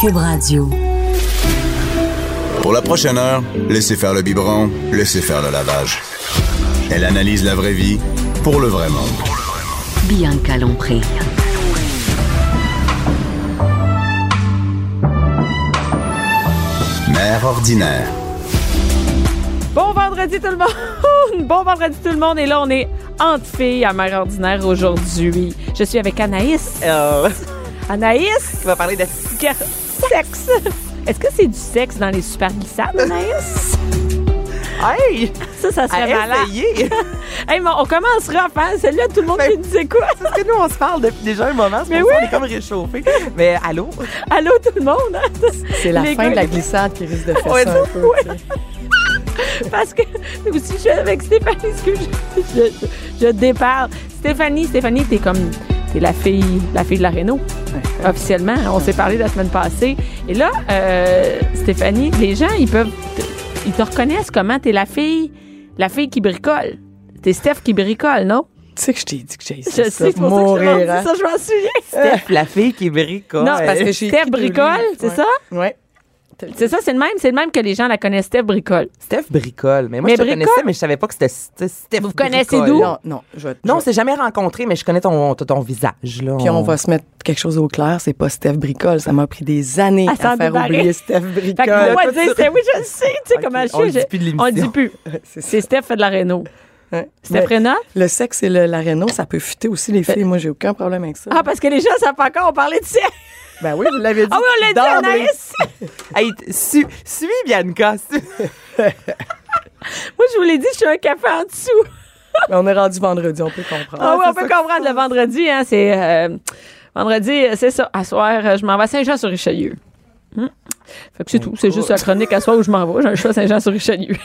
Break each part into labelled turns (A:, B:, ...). A: Cube Radio.
B: Pour la prochaine heure, laissez faire le biberon, laissez faire le lavage. Elle analyse la vraie vie pour le vrai monde.
A: Bianca Lompré.
B: Mère ordinaire.
C: Bon vendredi tout le monde! Bon vendredi tout le monde! Et là, on est entre filles à Mère Ordinaire aujourd'hui. Je suis avec Anaïs. Anaïs!
D: qui va Euh, parler de
C: quel Sexe! Est-ce que c'est du sexe dans les super glissades, Anaïs?
D: Hey!
C: Ça, ça serait
D: À
C: malade.
D: essayer!
C: Hey, mais on commencera à faire celle-là, tout le monde
D: Ben-
C: qui nous écoute.
D: Parce que nous, on se parle depuis déjà un moment, c'est
C: Mais
D: pour ça
C: oui.
D: qu'on est comme réchauffé. Mais allô?
C: Allô, tout le monde! hein?
E: C'est la
C: Les
E: fin
C: gars-
E: de la glissade qui risque de faire
D: Ouais,
E: ça
D: ça-
E: un peu. tu sais.
C: Parce que aussi, je suis avec Stéphanie, parce que je, je, je déparle. Stéphanie, Stéphanie, t'es comme. T'es la fille, la fille de la Renault, officiellement. On s'est parlé la semaine passée. Et là, euh, Stéphanie, les gens, ils peuvent. te- Ils te reconnaissent comment t'es la fille, la fille qui bricole. T'es Steph qui bricole, non?
E: Tu sais que je t'ai dit que j'ai
C: Je sais, c'est pour ça que je m'en dis ça, je m'en souviens.
D: Steph, la fille qui bricole.
C: Non,
E: parce que
C: Steph
E: j'ai écrit deux
C: bricole,
E: livres,
C: c'est
E: ouais.
C: ça?
E: hein? Ouais.
C: C'est ça, c'est le même, c'est le même que les gens la connaissent, Steph bricole.
D: Steph bricole. Mais moi,
C: Mais
D: je te
C: bricole?
D: connaissais, mais je savais pas que c'était c'était Steph
C: Vous vous connaissez
D: bricole.
C: d'où?
D: Non,
E: Non, non, je vais-
D: non, on
E: je-
D: s'est jamais rencontré, mais je connais ton, ton, ton visage. Là.
E: puis on va se mettre quelque chose au clair, c'est pas Steph Bricole, ça m'a pris des années
C: À
E: à,
C: s'en
E: faire
C: débarrasser.
E: oublier
C: Fait
E: Steph
C: que
E: Bricole.
C: moi, dire, c'est oui, je le sais, tu sais
D: Ok,
C: comment je
D: on le
C: suis.
D: dit
C: je-
D: plus de l'émission.
C: On le dit plus.
E: C'est ça.
C: C'est Steph fait de la réno.
E: Ouais.
C: Steph
E: Mais
C: Réno?
E: le sexe et le- la réno, ça peut fuiter aussi les filles. Moi, j'ai aucun problème avec ça.
C: Ah, parce que les gens savent pas encore, on parlait de Steph.
E: Ben oui, vous l'avez dit.
C: Ah oui, on l'a dit,
E: d'emblée.
C: Anaïs.
D: Hey, t- su- suis Bianca. su-
C: Moi, je vous l'ai dit, je suis un café en dessous.
E: Mais On est rendu vendredi, on peut comprendre.
C: Ah, oui, on peut comprendre le vendredi, hein, c'est... euh, vendredi, euh, c'est ça, à soir, euh, je m'en vais à Saint-Jean-sur-Richelieu. Hmm. Fait que c'est tout, c'est juste la chronique à soir où je m'en vais, j'ai un choix Saint-Jean-sur-Richelieu.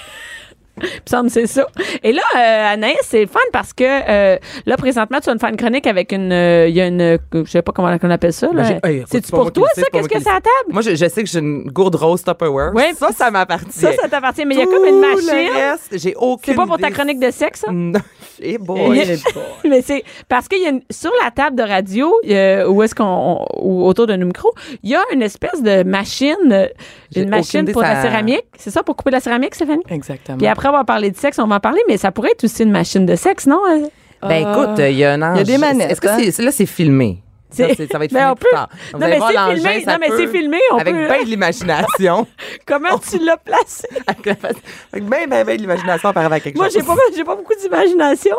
C: Il me semble que c'est ça. Et là, euh, Anaïs, c'est le fun parce que euh, là, présentement, tu vas nous faire une chronique avec une. euh, Il y a une. euh, Je sais pas comment on appelle ça. là.
D: Ben, j'ai- hey, écoute,
C: C'est-tu
D: c'est pas moi
C: pour
D: qui
C: toi,
D: le sais,
C: ça?
D: c'est pas
C: Qu'est-ce
D: moi
C: que
D: qui
C: c'est à
D: le
C: table?
D: Moi, je, je sais que j'ai une gourde rose Tupperware.
C: Ouais,
D: ça, ça m'appartient.
C: Ça, ça t'appartient, mais il y a comme une
D: Tout le
C: machine.
D: reste, J'ai aucune.
C: C'est pas pour ta
D: idée.
C: chronique de sexe, ça?
D: Non. Eh
E: Oui,
D: boy.
C: Il y a-
E: les boys.
C: Mais c'est parce qu'il y a une- sur la table de radio, euh, où est-ce qu'on, on- ou autour de nos micros, il y a une espèce de machine, euh,
D: J'ai
C: une
D: aucune
C: machine
D: idée,
C: pour la
D: ça- Mm.
C: céramique. C'est ça, pour couper la céramique, Stéphanie?
E: Exactement.
C: Puis après avoir parlé de sexe, on va en parler, mais ça pourrait être aussi une machine de sexe, non? hein?
D: Ben écoute, il y a un ange.
E: Il y a des manettes,
D: Est-ce que
E: hein?
D: c'est- là, c'est filmé? Ça,
C: C'est-
D: c'est- ça va être
C: Ben,
D: filmé
C: on
D: plus
C: peut-
D: tard. Vous
C: Non,
D: allez
C: mais
D: voir
C: c'est
D: l'engin,
C: filmé.
D: ça
C: Non, mais
D: peut-
C: c'est filmé, on
D: Avec ben
C: peut-
D: bien de l'imagination.
C: Comment tu l'as placé?
D: avec la face- avec bien, bien, bien de l'imagination, on part avec quelque
C: Moi,
D: chose.
C: j'ai pas, j'ai pas beaucoup d'imagination.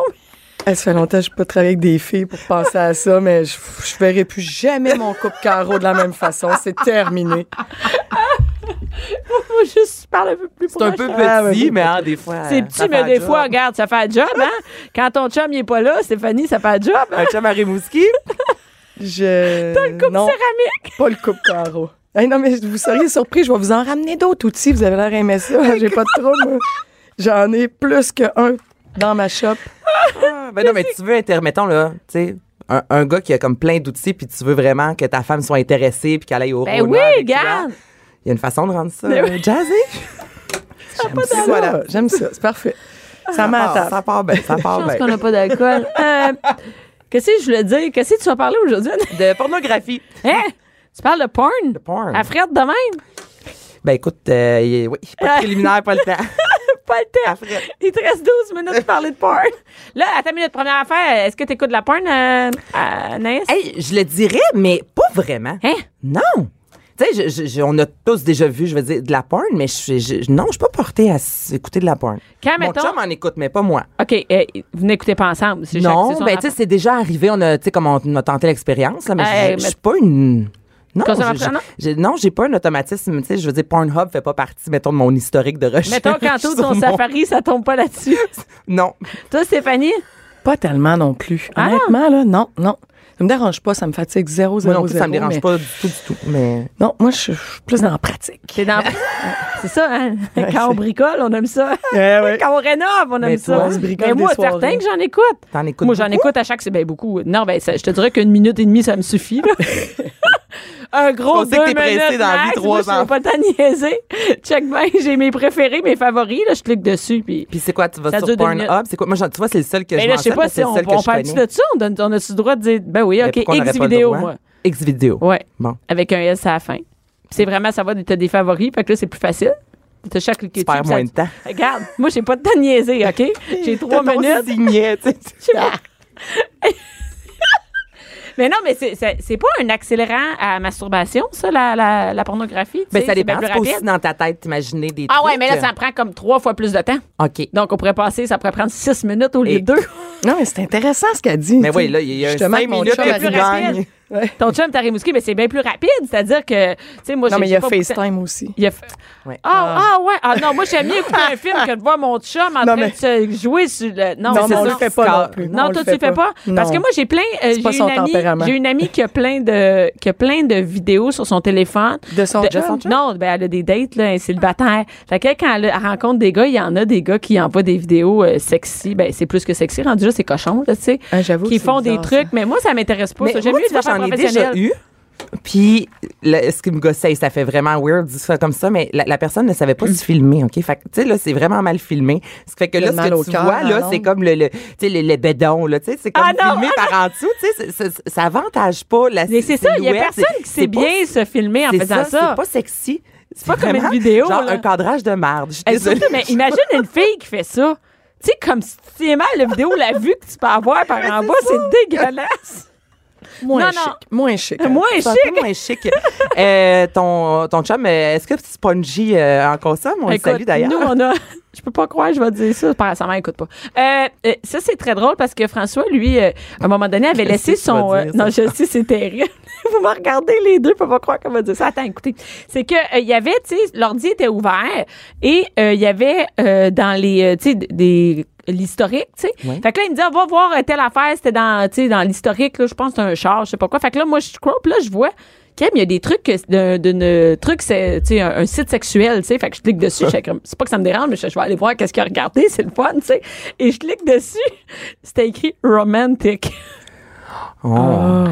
E: Ah, Ça fait longtemps que je peux travailler avec des filles pour penser à ça, mais je, je verrai plus jamais mon couple carreau de la même façon. C'est terminé.
C: Moi, juste, je parle un peu plus
D: C'est un
C: proche.
D: peu
E: Ah, ben,
D: petit, mais hein, des fois.
C: C'est
D: euh,
C: petit,
D: ça
C: mais
D: fait
C: des
D: un
C: fois,
D: job.
C: regarde, ça fait un job, hein? Quand ton chum, il est pas là, Stéphanie, ça fait un job. hein?
D: Un chum à Rimouski.
E: Je.
C: T'as une coupe
E: non,
C: céramique.
E: pas le couple carreau. Hey, non, mais vous seriez surpris, je vais vous en ramener d'autres outils. Vous avez l'air aimé ça. J'ai pas de trouble. moi. J'en ai plus qu'un dans ma shop.
D: Ah, Ben non, mais tu veux, intermettons, là, tu sais, un, un gars qui a comme plein d'outils, puis tu veux vraiment que ta femme soit intéressée, puis qu'elle aille au
C: Ben
D: roulant
C: oui,
D: avec toi. Ah,
C: regarde.
D: hein? Il y a une façon de rendre ça
C: Mais
D: euh, jazzy.
E: J'aime ça. J'aime ça. C'est parfait. Ça
D: Ah,
E: m'attend.
D: ça part bien, ça part
C: Parce
D: bien.
C: qu'on n'a pas d'alcool. Euh, Qu'est-ce que je voulais dire? Qu'est-ce que tu vas parler aujourd'hui?
D: De pornographie.
C: hein? Tu parles de porn?
D: De porn.
C: À Fred de même?
D: Ben écoute, euh, y- oui, pas de préliminaire, pas le temps.
C: Pas le temps.
D: À Fred.
C: Il te reste 12 minutes de parler de porn. Là, à ta minute première affaire, est-ce que tu écoutes de la porn, euh, à Anaïs?
D: Hey, je le dirais, mais pas vraiment.
C: Hein?
D: Non. Tu sais, je- je- je- on a tous déjà vu, je veux dire, de la porn, mais je, je- je- non, je suis pas portée à s- écouter de la porn.
C: Quand,
D: Mon
C: Ah, mettons-
D: chum en écoute, mais pas moi.
C: OK, euh, vous n'écoutez pas ensemble. c'est chacun-
D: Non,
C: c'est son
D: ben tu sais, c'est déjà arrivé, on a, tu sais, comme on, on a tenté l'expérience, là, mais
C: Ah, Hey,
D: je- je
C: mais-
D: suis pas une... Non,
C: Consommatrice,
D: je-
C: non?
D: je- non, j'ai pas un automatisme, tu sais, je veux dire, Pornhub fait pas partie, mettons, de mon historique de recherche.
C: Mettons, quand tout
D: sur
C: ton
D: mon-
C: safari, ça tombe pas là-dessus.
D: Non.
C: Toi, Stéphanie?
E: Pas tellement non plus.
C: Ah non?
E: Honnêtement, là, non, non. Ça me dérange pas, ça me fatigue zéro,
D: Moi
E: zéro,
D: non plus, ça me
E: zéro,
D: dérange
E: mais-
D: pas du tout, du tout. Mais
E: Non, moi, je suis je suis plus dans la pratique.
C: T'es dans- c'est ça, hein? Quand on bricole, on aime ça.
E: Ouais, ouais.
C: Quand on rénove, on aime
D: Mais
C: ça.
D: toi, on se
E: bricole
C: mais
E: des
C: moi,
E: soirées.
C: certain que j'en écoute.
D: t'en écoutes
C: moi, j'en écoute à chaque. C'est bien beaucoup. Non, ben, ça- je te dirais qu'une minute et demie, ça me suffit. là. Un gros
D: On sait
C: deux
D: que t'es pressé
C: minutes
D: dans la vie,
C: max.
D: trois
C: Moi, je
D: ans.
C: suis pas tant niaisé. Check bien, j'ai mes préférés, mes favoris. Là, je clique dessus. Puis,
D: Puis c'est quoi, tu vas
C: Ça
D: sur
C: dure deux
D: Pornhub?
C: minutes.
D: C'est quoi? Moi, j'en- tu vois, c'est le seul que
C: mais
D: je
C: là, je sais
D: mentionne
C: pas
D: parce que
C: si on,
D: c'est le seul
C: on
D: que je
C: parle-tu
D: connais.
C: de ça? On, donne- on a-tu le droit de dire, ben oui,
D: Mais
C: OK,
D: pourquoi on
C: X
D: n'aurait pas le
C: vidéo,
D: droit?
C: moi.
D: X vidéo.
C: Ouais.
D: Bon.
C: Avec un S à la fin. Puis c'est vraiment, ça va, t'as des favoris. Fait que là, c'est plus facile. T'as chaque cliqué dessus.
D: Tu perds
C: puis ça-
D: moins de temps.
C: Regarde, moi, j'ai pas de temps de niaiser, OK? J'ai trois
D: T'as ton
C: minutes.
D: signet, tu sais.
C: Mais non, mais c'est- c'est c'est pas un accélérant à masturbation, ça, la, la, la pornographie. tu
D: Mais
C: sais,
D: Ben, ça
C: c'est bien
D: dépend.
C: plus
D: C'est pas aussi
C: rapide.
D: dans ta tête, t'imaginer des
C: Ah
D: trucs.
C: ouais, mais là, ça prend comme trois fois plus de temps.
D: OK.
C: Donc, on pourrait passer, ça pourrait prendre six minutes au lieu
D: Et-
C: de deux.
E: Non, mais c'est intéressant ce qu'elle dit.
D: Mais
E: tu
D: oui,
E: sais.
D: là, il y a un
E: Justement,
D: cinq
E: mon
D: minutes
E: chum,
D: que
E: elle
D: tu
C: plus
E: dit-
D: gagnes.
C: rapide.
E: Ouais.
C: Ton chum, t'as rémousqué, mais c'est bien plus rapide. C'est-à-dire que, tu sais, moi,
E: Non,
C: j'ai-
E: mais il y
C: j'ai
E: a
C: pas beaucoup de temps.
E: FaceTime aussi.
C: Il y a fa-
D: Ouais.
C: Ah, ah, ouais. Ah non, moi, j'aime mieux écouter un film que de voir mon chum en
E: Non,
C: train
E: mais-
C: de se jouer sur le. Non,
E: Non,
C: c'est
E: mais on
C: ça.
E: le fait pas non plus.
C: Non,
E: On
C: toi,
E: le
C: tu
E: fait
C: le fais pas.
E: pas.
C: Parce
E: Non.
C: que moi, j'ai plein. euh,
E: C'est pas
C: j'ai,
E: son
C: une amie,
E: tempérament.
C: j'ai une amie qui a plein de, qui a plein de vidéos sur son téléphone.
E: De son
C: De-
E: chum?
C: Non, ben, elle a des dates, là, elle est célibataire. Fait que quand elle, elle rencontre des gars, il y en a des gars qui envoient des vidéos euh, sexy. Ben, c'est plus que sexy. Rendu là, c'est cochon, là, tu sais.
E: Ah, j'avoue
C: Qui
E: que c'est
C: font
E: bizarre,
C: des trucs. Mais moi, ça m'intéresse pas. ça. J'aime
D: moi,
C: mieux
D: tu vois,
C: des affaires
D: j'en ai déjà
C: professionnelles.
D: eu. Puis, là, ce qui me gossait, ça fait vraiment weird, dit ça comme ça, mais la, la personne ne savait pas se filmer, OK? Fait que, tu sais, là, c'est vraiment mal filmé. Ce qui fait que
E: Le
D: là, ce
E: mal au
D: que tu
E: cœur,
D: vois, là,
E: non?
D: c'est comme le, le- tu sais, le, le bédon, là, tu sais, c'est comme
C: Ah non,
D: filmé par en dessous, tu sais, c'est- c'est- ça avantage pas la
C: Mais c'est ça, il y a
D: silhouette,
C: personne
D: c'est-
C: qui
D: c'est
C: sait
D: pas-
C: bien se filmer en
D: c'est
C: faisant ça.
D: C'est pas sexy. C'est
C: pas comme une
D: vraiment
C: vidéo,
D: Genre
C: là.
D: un cadrage de marde. Je suis
C: Hey,
D: désolée.
C: Euh, surtout, mais imagine une fille qui fait ça. Tu sais, comme si tu mal la vidéo, la vue que tu peux avoir par en bas, c'est dégueulasse.
E: Moins
C: Non,
E: chic.
C: non.
E: Moins chic.
C: Moi,
D: C'est un
C: chic.
D: peu moins chic. Euh, ton, ton chum, euh, est-ce que Spongy euh, en consomme? On le
C: Écoute,
D: salue d'ailleurs.
C: Nous, on a. Je peux pas croire, je vais dire ça. Par- Sa mère écoute pas. Euh, euh, ça, c'est très drôle parce que François, lui, euh, à un moment donné, avait laissé
D: sais que tu
C: son.
D: vas
C: euh,
D: dire ça.
C: non, je sais, c'est terrible. Vous me regardez les deux, je peux pas croire qu'on va dire ça. Attends, écoutez. C'est que euh, il y avait, tu sais, l'ordi était ouvert et euh, il y avait euh, dans les, euh, tu sais, des l'historique, tu sais.
D: Ouais.
C: Fait que là, il me dit, on va voir euh, telle affaire, c'était dans, tu sais, dans l'historique, là, je pense que c'est un char, je sais pas quoi. Fait que là, moi, je scroll, puis là, je vois, Kim, il y a des trucs, que- d'un d'un truc, c'est, tu sais, un, un site sexuel, tu sais. Fait que je clique dessus, j'étais comme, c'est pas que ça me dérange, mais je, je vais aller voir qu'est-ce qu'il a regardé, c'est le fun, tu sais. Et je clique dessus, c'était écrit romantic.
D: Oh.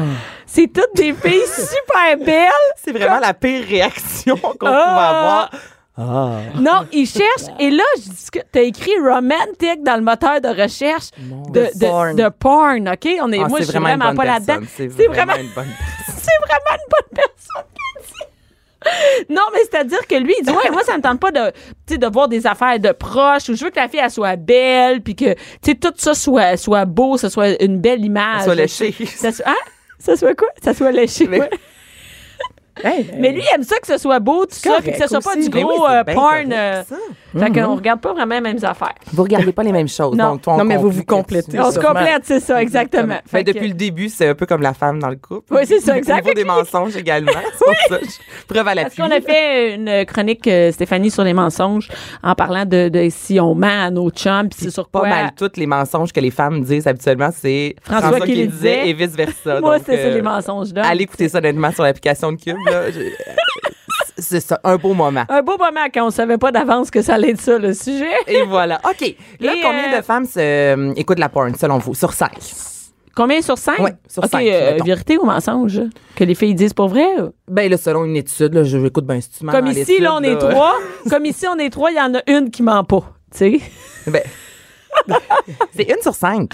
C: C'est toutes des filles super belles.
D: C'est vraiment la pire réaction qu'on pouvait
C: Ah!
D: avoir. Ah.
C: Non, ils cherchent. Et là, je dis que t'as écrit romantic dans le moteur de recherche de,
E: de porn.
C: de, de porn, OK? On est,
D: Ah,
C: moi,
D: c'est
C: je suis
D: vraiment une
C: vraiment
D: bonne
C: pas là-dedans.
D: personne.
C: C'est vraiment,
D: une bonne personne.
C: c'est vraiment une bonne personne qui dit. Non, mais c'est-à-dire que lui, il dit Ouais, moi, ça me tente pas de, tu sais, de voir des affaires de proches, ou je veux que la fille, elle soit belle, puis que tu sais, tout ça soit, soit beau, ça soit une belle image.
D: Soit léché.
C: Ça soit, hein? Ça soit quoi? Ça soit léché.
D: Mais-
C: ouais.
E: Hey,
C: Mais lui, il aime ça que ce soit beau, tout ça,
E: correct
C: puis que ce soit pas du
E: aussi.
D: Mais Ben oui,
C: gros
D: c'est
C: euh,
D: bien
C: porn.
D: correct, Mhm.
C: euh,
D: ça.
C: Fait qu'on regarde pas vraiment les mêmes affaires.
D: Vous regardez pas les mêmes choses.
C: Non.
D: donc, toi, on
E: Non, mais vous
D: conclut que
E: vous
D: tu-
E: complétez.
C: On se
E: sûrement.
C: complète, c'est ça, exactement.
D: Ben,
C: Fait que-
D: depuis le début, c'est un peu comme la femme dans le couple.
C: Oui, c'est ça,
D: Au niveau
C: exactement.
D: des mensonges également. C'est pour ça, je- Preuve à
C: Parce
D: l'appui.
C: qu'on a fait une chronique, euh, Stéphanie, sur les mensonges, en parlant de, de si on ment à nos chums, puis c'est sur
D: Pas
C: quoi.
D: mal tous les mensonges que les femmes disent habituellement, c'est
C: François qui les
D: les
C: disait.
D: disait et vice-versa.
C: Moi,
D: Donc,
C: c'est ça,
D: euh,
C: les mensonges d'hommes.
D: Allez écouter ça honnêtement sur l'application de Cube. là. Je- C'est ça, un beau moment.
C: Un beau moment quand on savait pas d'avance que ça allait être ça, le sujet.
D: Et voilà. OK. Là,
C: Et,
D: combien
C: euh,
D: de femmes se- écoutent la porn, selon vous, sur 5?
C: Combien sur cinq?
D: Ouais, sur
C: OK,
D: cinq,
C: euh,
D: mettons.
C: vérité ou mensonge? Que les filles disent pour vrai? ou?
D: Ben là, selon une étude, là, je écoute ben si tu mens
C: Comme
D: dans
C: ici,
D: l'étude,
C: là, on est trois. Comme ici, on est trois, il y en a une qui ment pas. Tu sais?
D: Ben, c'est une sur cinq.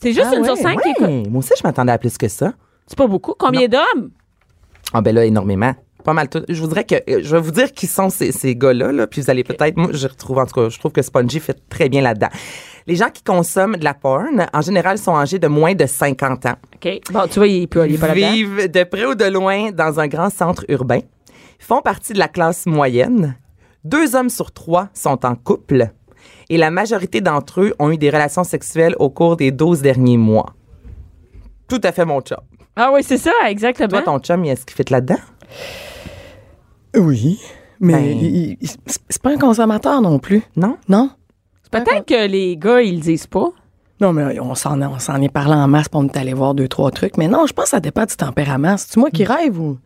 C: C'est juste
E: Ah
C: une sur
E: ouais,
C: cinq qui
D: Ouais,
C: écoute.
D: moi aussi, je m'attendais à plus que ça.
C: C'est pas beaucoup. Combien d'hommes?
D: Ah ben là, énormément. Pas mal tout. Je voudrais que euh, je vais vous dire qui sont ces, ces gars-là, là, puis vous allez peut-être. Moi, je retrouve en tout cas, je trouve que Spongy fait très bien là-dedans. Les gens qui consomment de la porn, en général, sont âgés de moins de 50 ans.
C: OK. Bon, tu vois, il peut aller pas là-dedans.
D: vivent de près ou de loin dans un grand centre urbain, font partie de la classe moyenne. Deux hommes sur trois sont en couple et la majorité d'entre eux ont eu des relations sexuelles au cours des 12 derniers mois. Tout à fait mon chum.
C: Ah oui, c'est ça, exactement.
D: Toi,
E: Hein?
D: ton chum, est-ce qu'il fit là-dedans?
E: Oui. Mais
D: Ben-
E: il- il- c'est pas un consommateur non plus.
D: Non?
E: Non?
C: Peut-être que les gars, ils le disent pas.
E: Non, mais on s'en, on s'en est parlé en masse pour on est allé voir deux, trois trucs. Mais non, je pense que ça dépend du tempérament. C'est-tu moi qui rêve ou.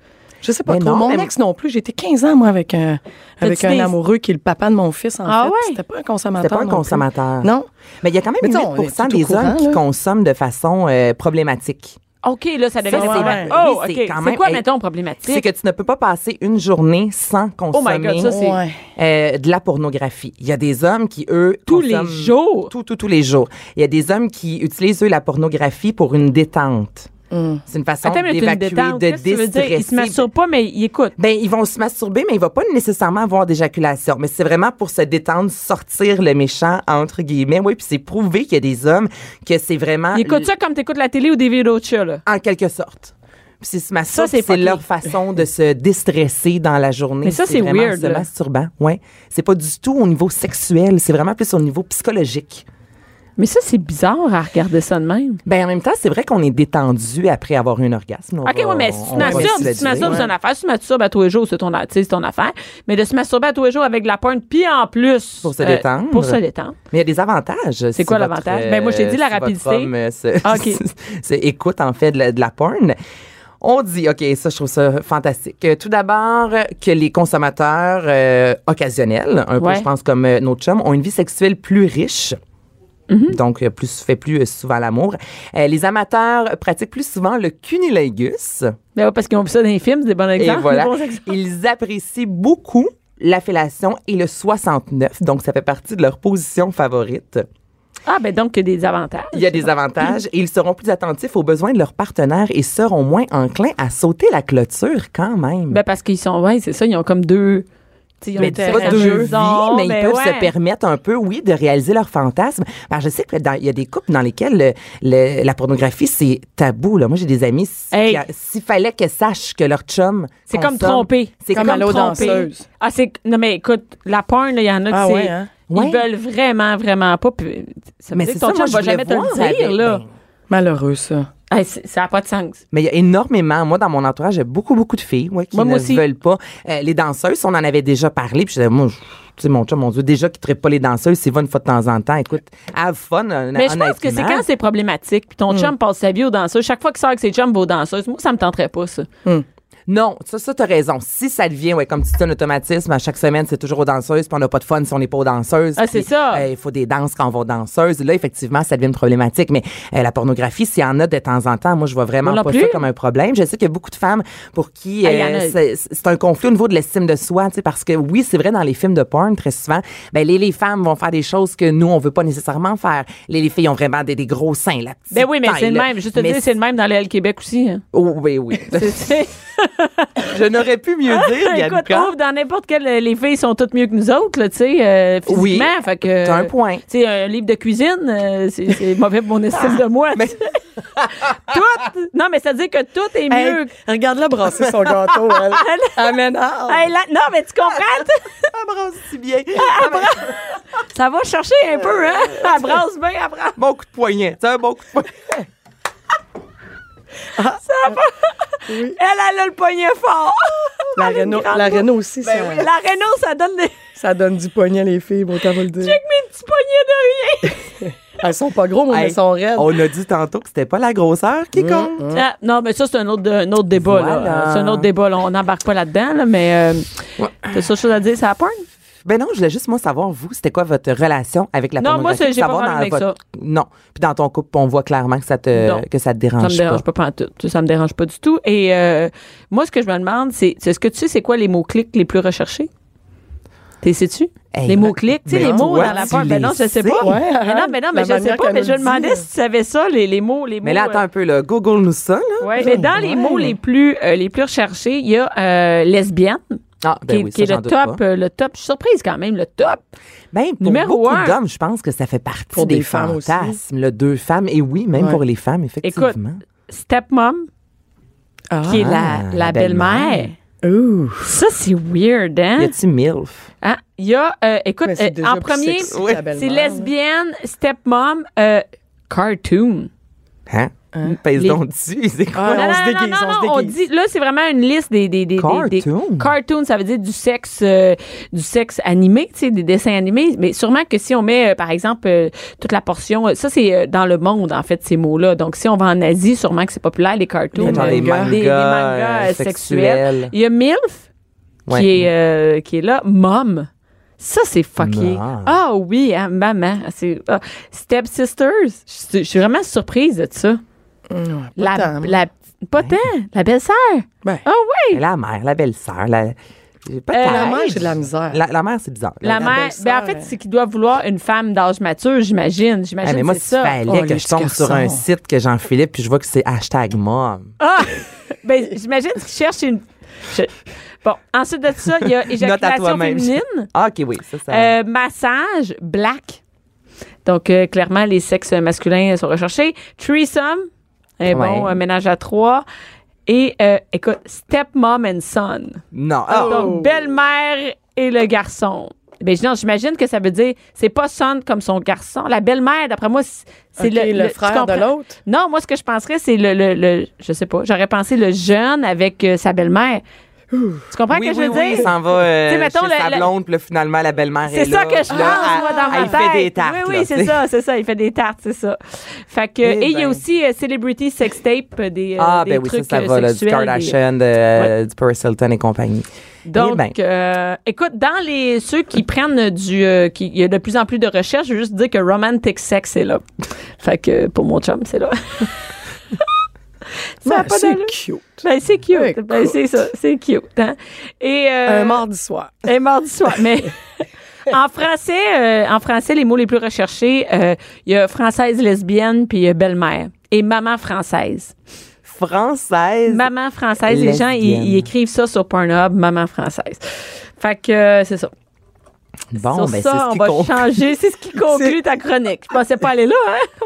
E: Je sais pas
D: Mais
E: trop.
D: non,
E: mon
D: mais-
E: ex Mm. non plus. J'étais 15 ans, moi, avec un, avec
C: T'as-tu
E: un
C: des-
E: amoureux qui est le papa de mon fils, en
C: Ah
E: fait.
C: ouais?
E: Puis C'était pas un consommateur.
D: C'était pas un
E: non plus.
D: consommateur.
E: Non.
D: Mais il y a quand même
E: Mais tu sais, on est
D: 8
E: tout au
D: des
E: courant,
D: hommes qui
E: là.
D: consomment de façon euh, problématique.
C: OK, là, ça devient
D: c'est
C: problématique.
D: vrai.
C: Oh,
D: Oui,
C: OK.
D: c'est quand
C: C'est
D: même-
C: quoi,
D: Hey.
C: mettons,
D: C'est
C: problématique?
D: que tu ne peux pas passer une journée sans
E: Oh
D: consommer
C: God, ça, c'est-
E: Ouais.
D: euh, de la pornographie. Il y a des hommes qui, eux,
C: Tous les
D: consomment
C: jours?
D: Tout, tout, tous les jours. Il y a des hommes qui utilisent, eux, la pornographie pour une détente. C'est une façon
C: Attends, mais t'as une
D: d'évacuer,
C: détente.
D: de
C: Qu'est-ce que tu veux dire? Ils se
D: déstresser.
C: masturbent pas, mais ils écoutent.
D: Ben, ils vont se masturber, mais ils vont pas nécessairement avoir d'éjaculation. Mais c'est vraiment pour se détendre, sortir le méchant, entre guillemets. Oui, puis c'est prouvé qu'il y a des hommes que c'est vraiment...
C: Ils écoutent ça comme t'écoutes la télé ou des vidéos de chat, là.
D: En quelque sorte. Puis c'est se masturber,
C: c'est
D: c'est
C: fucké.
D: leur façon de se déstresser dans la journée.
C: Mais ça, c'est
D: vraiment
C: weird,
D: se
C: là.
D: masturbant, ouais. C'est pas du tout au niveau sexuel, c'est vraiment plus au niveau psychologique.
C: Mais ça, c'est bizarre à regarder ça de même.
D: Ben en même temps, c'est vrai qu'on est détendu après avoir eu un orgasme. On
C: OK,
D: va-
C: oui, mais si tu
D: on va
C: masturbes,
D: se le
C: si tu
D: dire.
C: masturbes, c'est une affaire. Si tu masturbes à tous les jours, c'est ton, a- tu sais, c'est ton affaire. Mais de se masturber à tous les jours avec de la pointe, puis en plus.
D: Pour se
C: euh,
D: détendre.
C: Pour se détendre.
D: Mais il y a des avantages. euh, C'est
C: quoi l'avantage? Ben, moi, je t'ai dit la rapidité. Ah, OK.
D: écoute, en fait, de la, de la porn. On dit, OK, ça, je trouve ça fantastique. Euh, Tout d'abord, euh, que les consommateurs euh, occasionnels, un peu,
C: Ouais.
D: je pense, comme euh, nos chums, ont une vie sexuelle plus riche.
C: Mm-hmm.
D: Donc, euh, plus fait plus euh, souvent l'amour. Euh, les amateurs pratiquent plus souvent le cunilingus.
C: Mais Ben ouais, parce qu'ils ont vu ça dans les films, c'est des bons exemples.
D: Et
C: des
D: voilà.
C: bons exemples.
D: Ils apprécient beaucoup la fellation et le 69. Donc, ça fait partie de leur position favorite.
C: Ah, ben donc, il y a des avantages.
D: Il y a des avantages et ils seront plus attentifs aux besoins de leur partenaire et seront moins enclins à sauter la clôture quand même.
C: Ben parce qu'ils sont, ouais, c'est ça, ils ont comme deux. tu sais, Ils ont
D: Mais
C: une
D: c'est pas
C: terrain
D: deux
C: de
D: vies,
C: zone,
D: mais ils peuvent
C: ben ouais.
D: se permettre un peu, oui, de réaliser leurs fantasmes. Ben, je sais que dans- il y a des couples dans lesquels le- le- la pornographie, c'est tabou. Là. Moi, j'ai des amis, si-
C: Hey.
D: qui a- s'il fallait qu'elles sachent que leur chum
C: C'est comme
D: consomme,
C: tromper.
D: C'est
E: Comme
D: comme,
E: à l'eau
C: tromper.
E: danseuse.
C: Ah, c'est. Non, mais écoute, la porn, là, il y en a
E: Ah
C: qui
E: ouais, hein?
C: Ils
D: Ouais.
C: veulent vraiment, vraiment pas. puis ça veut
D: Mais
C: dire
D: c'est
C: que ton
D: ça,
C: chum
D: moi, je
C: va
D: voulais
C: jamais te
D: voir
C: le dire,
D: avec-
C: là.
D: ben,
E: Malheureux, ça.
C: Hey, c'est- ça n'a pas de sens.
D: Mais il y a énormément, moi, dans mon entourage, j'ai beaucoup, beaucoup de filles ouais, qui
C: Moi,
D: ne
C: moi aussi.
D: veulent pas. Euh, les danseuses, on en avait déjà parlé. Puis je disais, moi, je- tu sais, mon chum, mon Dieu, déjà qui ne pas les danseuses, c'est va une fois de temps en temps. Écoute, have fun.
C: Mais je pense que c'est quand c'est problématique. Puis
D: Hmm.
C: ton chum passe sa vie aux danseuses. Chaque fois qu'il sort avec ses chums, va aux danseuses. Moi, ça me tenterait pas, ça.
D: Non, ça, ça, t'as raison. Si ça devient, ouais, comme tu dis, un automatisme, à chaque semaine, c'est toujours aux danseuses, puis on n'a pas de fun si on n'est pas aux danseuses.
C: Ah, c'est
D: Puis,
C: ça.
D: euh, Il faut des danses quand on va aux danseuses. Là, effectivement, ça devient une problématique. Mais euh, la pornographie, s'il y en a de temps en temps, moi, je vois vraiment
C: Moi non
D: pas
C: plus.
D: ça comme un problème. Je sais qu'il y a beaucoup de femmes pour qui
C: Ah, il y en
D: euh,
C: a.
D: c'est- c'est un conflit au niveau de l'estime de soi, tu sais, parce que oui, c'est vrai, dans les films de porn, très souvent, ben, les, les femmes vont faire des choses que nous, on veut pas nécessairement faire. Les, les filles ont vraiment des, des gros seins, la petite
C: Ben oui, mais c'est
D: taille,
C: le
D: là.
C: même. Juste te
D: Mais
C: dire, c'est le même dans le L Québec aussi. hein.
D: Oh, oui, oui.
C: C'est- c'est-
D: je n'aurais pu mieux dire, hein.
C: Écoute,
D: Bianca.
C: ouvre dans n'importe quel. euh, Les filles sont toutes mieux que nous autres, là, tu sais, euh, physiquement.
D: Oui,
C: Fait que.
D: t'as un point.
C: Tu sais, un livre de cuisine, euh, c'est c'est mauvais pour mon estime de moi.
D: Mais-
C: tout. Non, mais ça veut dire que tout est
E: Hey,
C: mieux.
E: regarde-la brasser son gâteau, elle. Amène
C: Hey, là- non, mais tu comprends?
D: si Ah, bien.
C: Ah,
D: Ah, ben,
C: ça va chercher un peu, hein?
D: Euh,
C: Elle brasse bien, elle brasse.
D: Bon coup de poignet. C'est un bon coup de poignet.
C: Elle, elle a le poignet fort.
E: La Renault, la Renault aussi, ça,
C: La Renault, ça donne des.
E: ça donne du poignet, les fibres, autant vous le dire.
C: Check mes petits poignets de rien.
E: Elles sont pas gros, mais
D: Hey,
E: elles sont raides.
D: On a dit tantôt que c'était pas la grosseur
E: Mm,
D: qui compte.
C: Ah, non, mais ça, c'est un autre, un autre débat. là.
D: Hein? Voilà.
C: C'est un autre débat. là. On n'embarque pas là-dedans, là, mais euh, t'as ça chose à dire, ça porn?
D: Ben non, je voulais juste moi savoir vous, c'était quoi votre relation avec la
C: Non, moi,
D: pornographie?
C: c'est- j'ai pas
D: Savoir
C: de problème
D: dans
C: avec
D: votre- Non. Puis dans ton couple, on voit clairement que ça te
C: Non.
D: que
C: Ça
D: ça te dérange,
C: me dérange
D: pas.
C: pas, pantoute. Ça, Ça me dérange pas du tout. Et euh, moi, ce que je me demande, c'est c'est- est-ce que tu sais c'est quoi les mots-clics les plus recherchés? T'es sais-tu?
D: Hey,
C: les
D: ben,
C: mots-clics, tu sais,
D: ben,
C: les mots
D: toi,
C: dans la
D: tu
C: porte. Ben
D: les
C: non, je sais
D: sais.
C: pas.
E: Ouais,
C: mais non, mais non,
E: la
C: mais je sais
E: manière
C: pas,
E: qu'elle
C: mais
E: nous
C: je
E: le
C: me
E: dit,
C: demandais
E: là.
C: si tu savais ça, les, les mots, les mots.
D: Mais là,
C: euh,
D: attends un peu, là. Google nous ça, là.
C: ouais, mais dans les mots les plus, euh, les plus recherchés, il y a euh, lesbienne,
D: Ah, ben
C: qui, est-
D: oui, ça,
C: qui est
D: j'en
C: le
D: doute
C: top,
D: pas.
C: euh, le top. Je suis surprise quand même, le top.
D: Ben, pour
C: Numéro
D: beaucoup
C: un.
D: d'hommes, je pense que ça fait partie
E: Pour
D: des,
E: des femmes aussi.
D: fantasmes, là, deux femmes. Et oui, même
E: Ouais.
D: pour les femmes, effectivement.
C: Stepmom,
E: Ah.
C: qui est la,
D: Ah,
C: la
D: la
C: belle-mère.
D: belle-mère.
E: Ouh.
C: Ça, c'est weird, hein?
D: Y a-t-il MILF?
C: Hein? Il y a, euh, écoute,
E: Mais c'est
C: euh,
E: déjà
C: en
E: plus
C: premier,
E: sexy,
D: Oui.
E: ta belle-mère,
C: c'est
E: là.
C: lesbienne, stepmom, euh, cartoon.
D: Hein? Pèse
C: Les-
D: donc dessus, c'est quoi?
E: Ah,
C: Non,
E: on
C: non,
E: se
C: non,
E: déguise,
C: non,
E: on se
C: non, on
E: déguise.
C: dit, là, c'est vraiment une liste des, des, des, des- des-
D: Cartoon.
C: cartoons, ça veut dire du sexe, euh, du sexe animé, tu sais, des dessins animés. Mais sûrement que si on met, euh, par exemple, euh, toute la portion, euh, ça, c'est euh, dans le monde, en fait, ces mots-là. Donc, si on va en Asie, sûrement que c'est populaire, les cartoons.
D: Genre
C: euh,
D: des mangas,
C: des- des mangas,
D: euh,
C: euh,
D: sexuels.
C: sexuels. Il y a MILF,
D: Ouais.
C: qui, est, euh, qui est là. Mom. Ça, c'est fucké.
D: Mom.
C: Ah oui, hein, maman. C'est, ah. Step Sisters. Je je suis vraiment surprise de ça. La,
E: tant, moi.
C: la, pas tant, la belle-sœur.
E: Ben.
C: Ah oui!
D: La mère, la belle-sœur, la... j'ai Pas
C: Euh,
D: tant-
E: La mère, j'ai de la misère.
D: La, la mère, c'est bizarre.
C: La,
E: la
C: mère.
E: belle-sœur,
C: Ben, en fait,
E: euh.
C: c'est qu'ils doivent vouloir une femme d'âge mature, j'imagine.
D: Ah,
C: J'imagine
D: mais
C: que
D: moi,
C: c'est
D: s'il
C: ça.
D: fallait
E: Oh,
D: que
E: les
D: je tombe
E: petits
D: sur un
E: garçons.
D: site que Jean-Philippe puis je vois que c'est hashtag mom.
C: Ah! ben, j'imagine qu'ils cherchent une. je- Bon, ensuite de ça, il y a
D: Note à
C: éjaculation
D: toi-même.
C: féminine,
D: Ah, OK, oui, ça, ça...
C: euh, massage, black. Donc, euh, clairement, les sexes masculins sont recherchés. Threesome, un bon
D: Ouais.
C: un ménage à trois. Et, euh, écoute, stepmom and son.
D: Non. Ah,
E: Oh.
C: Donc, belle-mère et le garçon. Ben, non, j'imagine que ça veut dire, c'est pas son comme son garçon. La belle-mère, d'après moi, c'est c'est
E: Ok, le
C: tu
E: frère de
C: comprends?
E: l'autre?
C: Non, moi, ce que je penserais, c'est le, le, le- Je sais pas. J'aurais pensé le jeune avec euh, sa belle-mère. Tu comprends
D: oui,
C: ce que
D: oui,
C: je veux
D: oui, il
C: dire?
D: s'en va euh,
C: Tu sais, mettons,
D: chez
C: le-
D: sa
C: le-
D: blonde, puis là, finalement, la belle-mère est,
C: C'est ça
D: là.
C: que je pense,
D: puis là, elle-
C: moi, dans ma
D: elle
C: tête.
D: fait des tartes,
C: oui,
D: là,
C: oui, c'est
D: tu sais.
C: ça, c'est ça. Il fait des tartes, c'est ça. Fait que,
D: Eh
C: et il y
D: ben.
C: a aussi euh, Celebrity Sex Tape, euh, des, euh,
D: Ah,
C: des
D: ben oui, ça,
C: trucs
D: ça
C: euh,
D: va, là, du
C: sexuels, des-
D: Kardashian, de, euh, du Paris Hilton et compagnie.
C: Donc,
D: Eh ben.
C: euh, écoute, dans les ceux qui prennent du, euh, qui, il y a de plus en plus de recherches. Je veux juste dire que romantic sex est là. fait que pour mon chum, c'est là. ça a
E: Ben,
C: pas
E: c'est
C: d'allure.
E: cute.
C: Ben c'est cute.
E: Écoute.
C: Ben c'est ça, c'est cute. hein. Et euh,
E: Un mardi soir.
C: et mardi soir. Mais en français, euh, en français, les mots les plus recherchés, euh, il y a française lesbienne puis euh, belle-mère et maman française.
D: Française.
C: Maman française. Les gens,
D: Lesbienne.
C: ils, ils écrivent ça sur Pornhub, maman française. Fait que euh, c'est ça.
D: Bon,
C: Sur
D: ben, c'est
C: ça,
D: ce
C: on
D: qui
C: va
D: compte.
C: changer. C'est ce qui conclut ta chronique. Je pensais pas aller là, hein?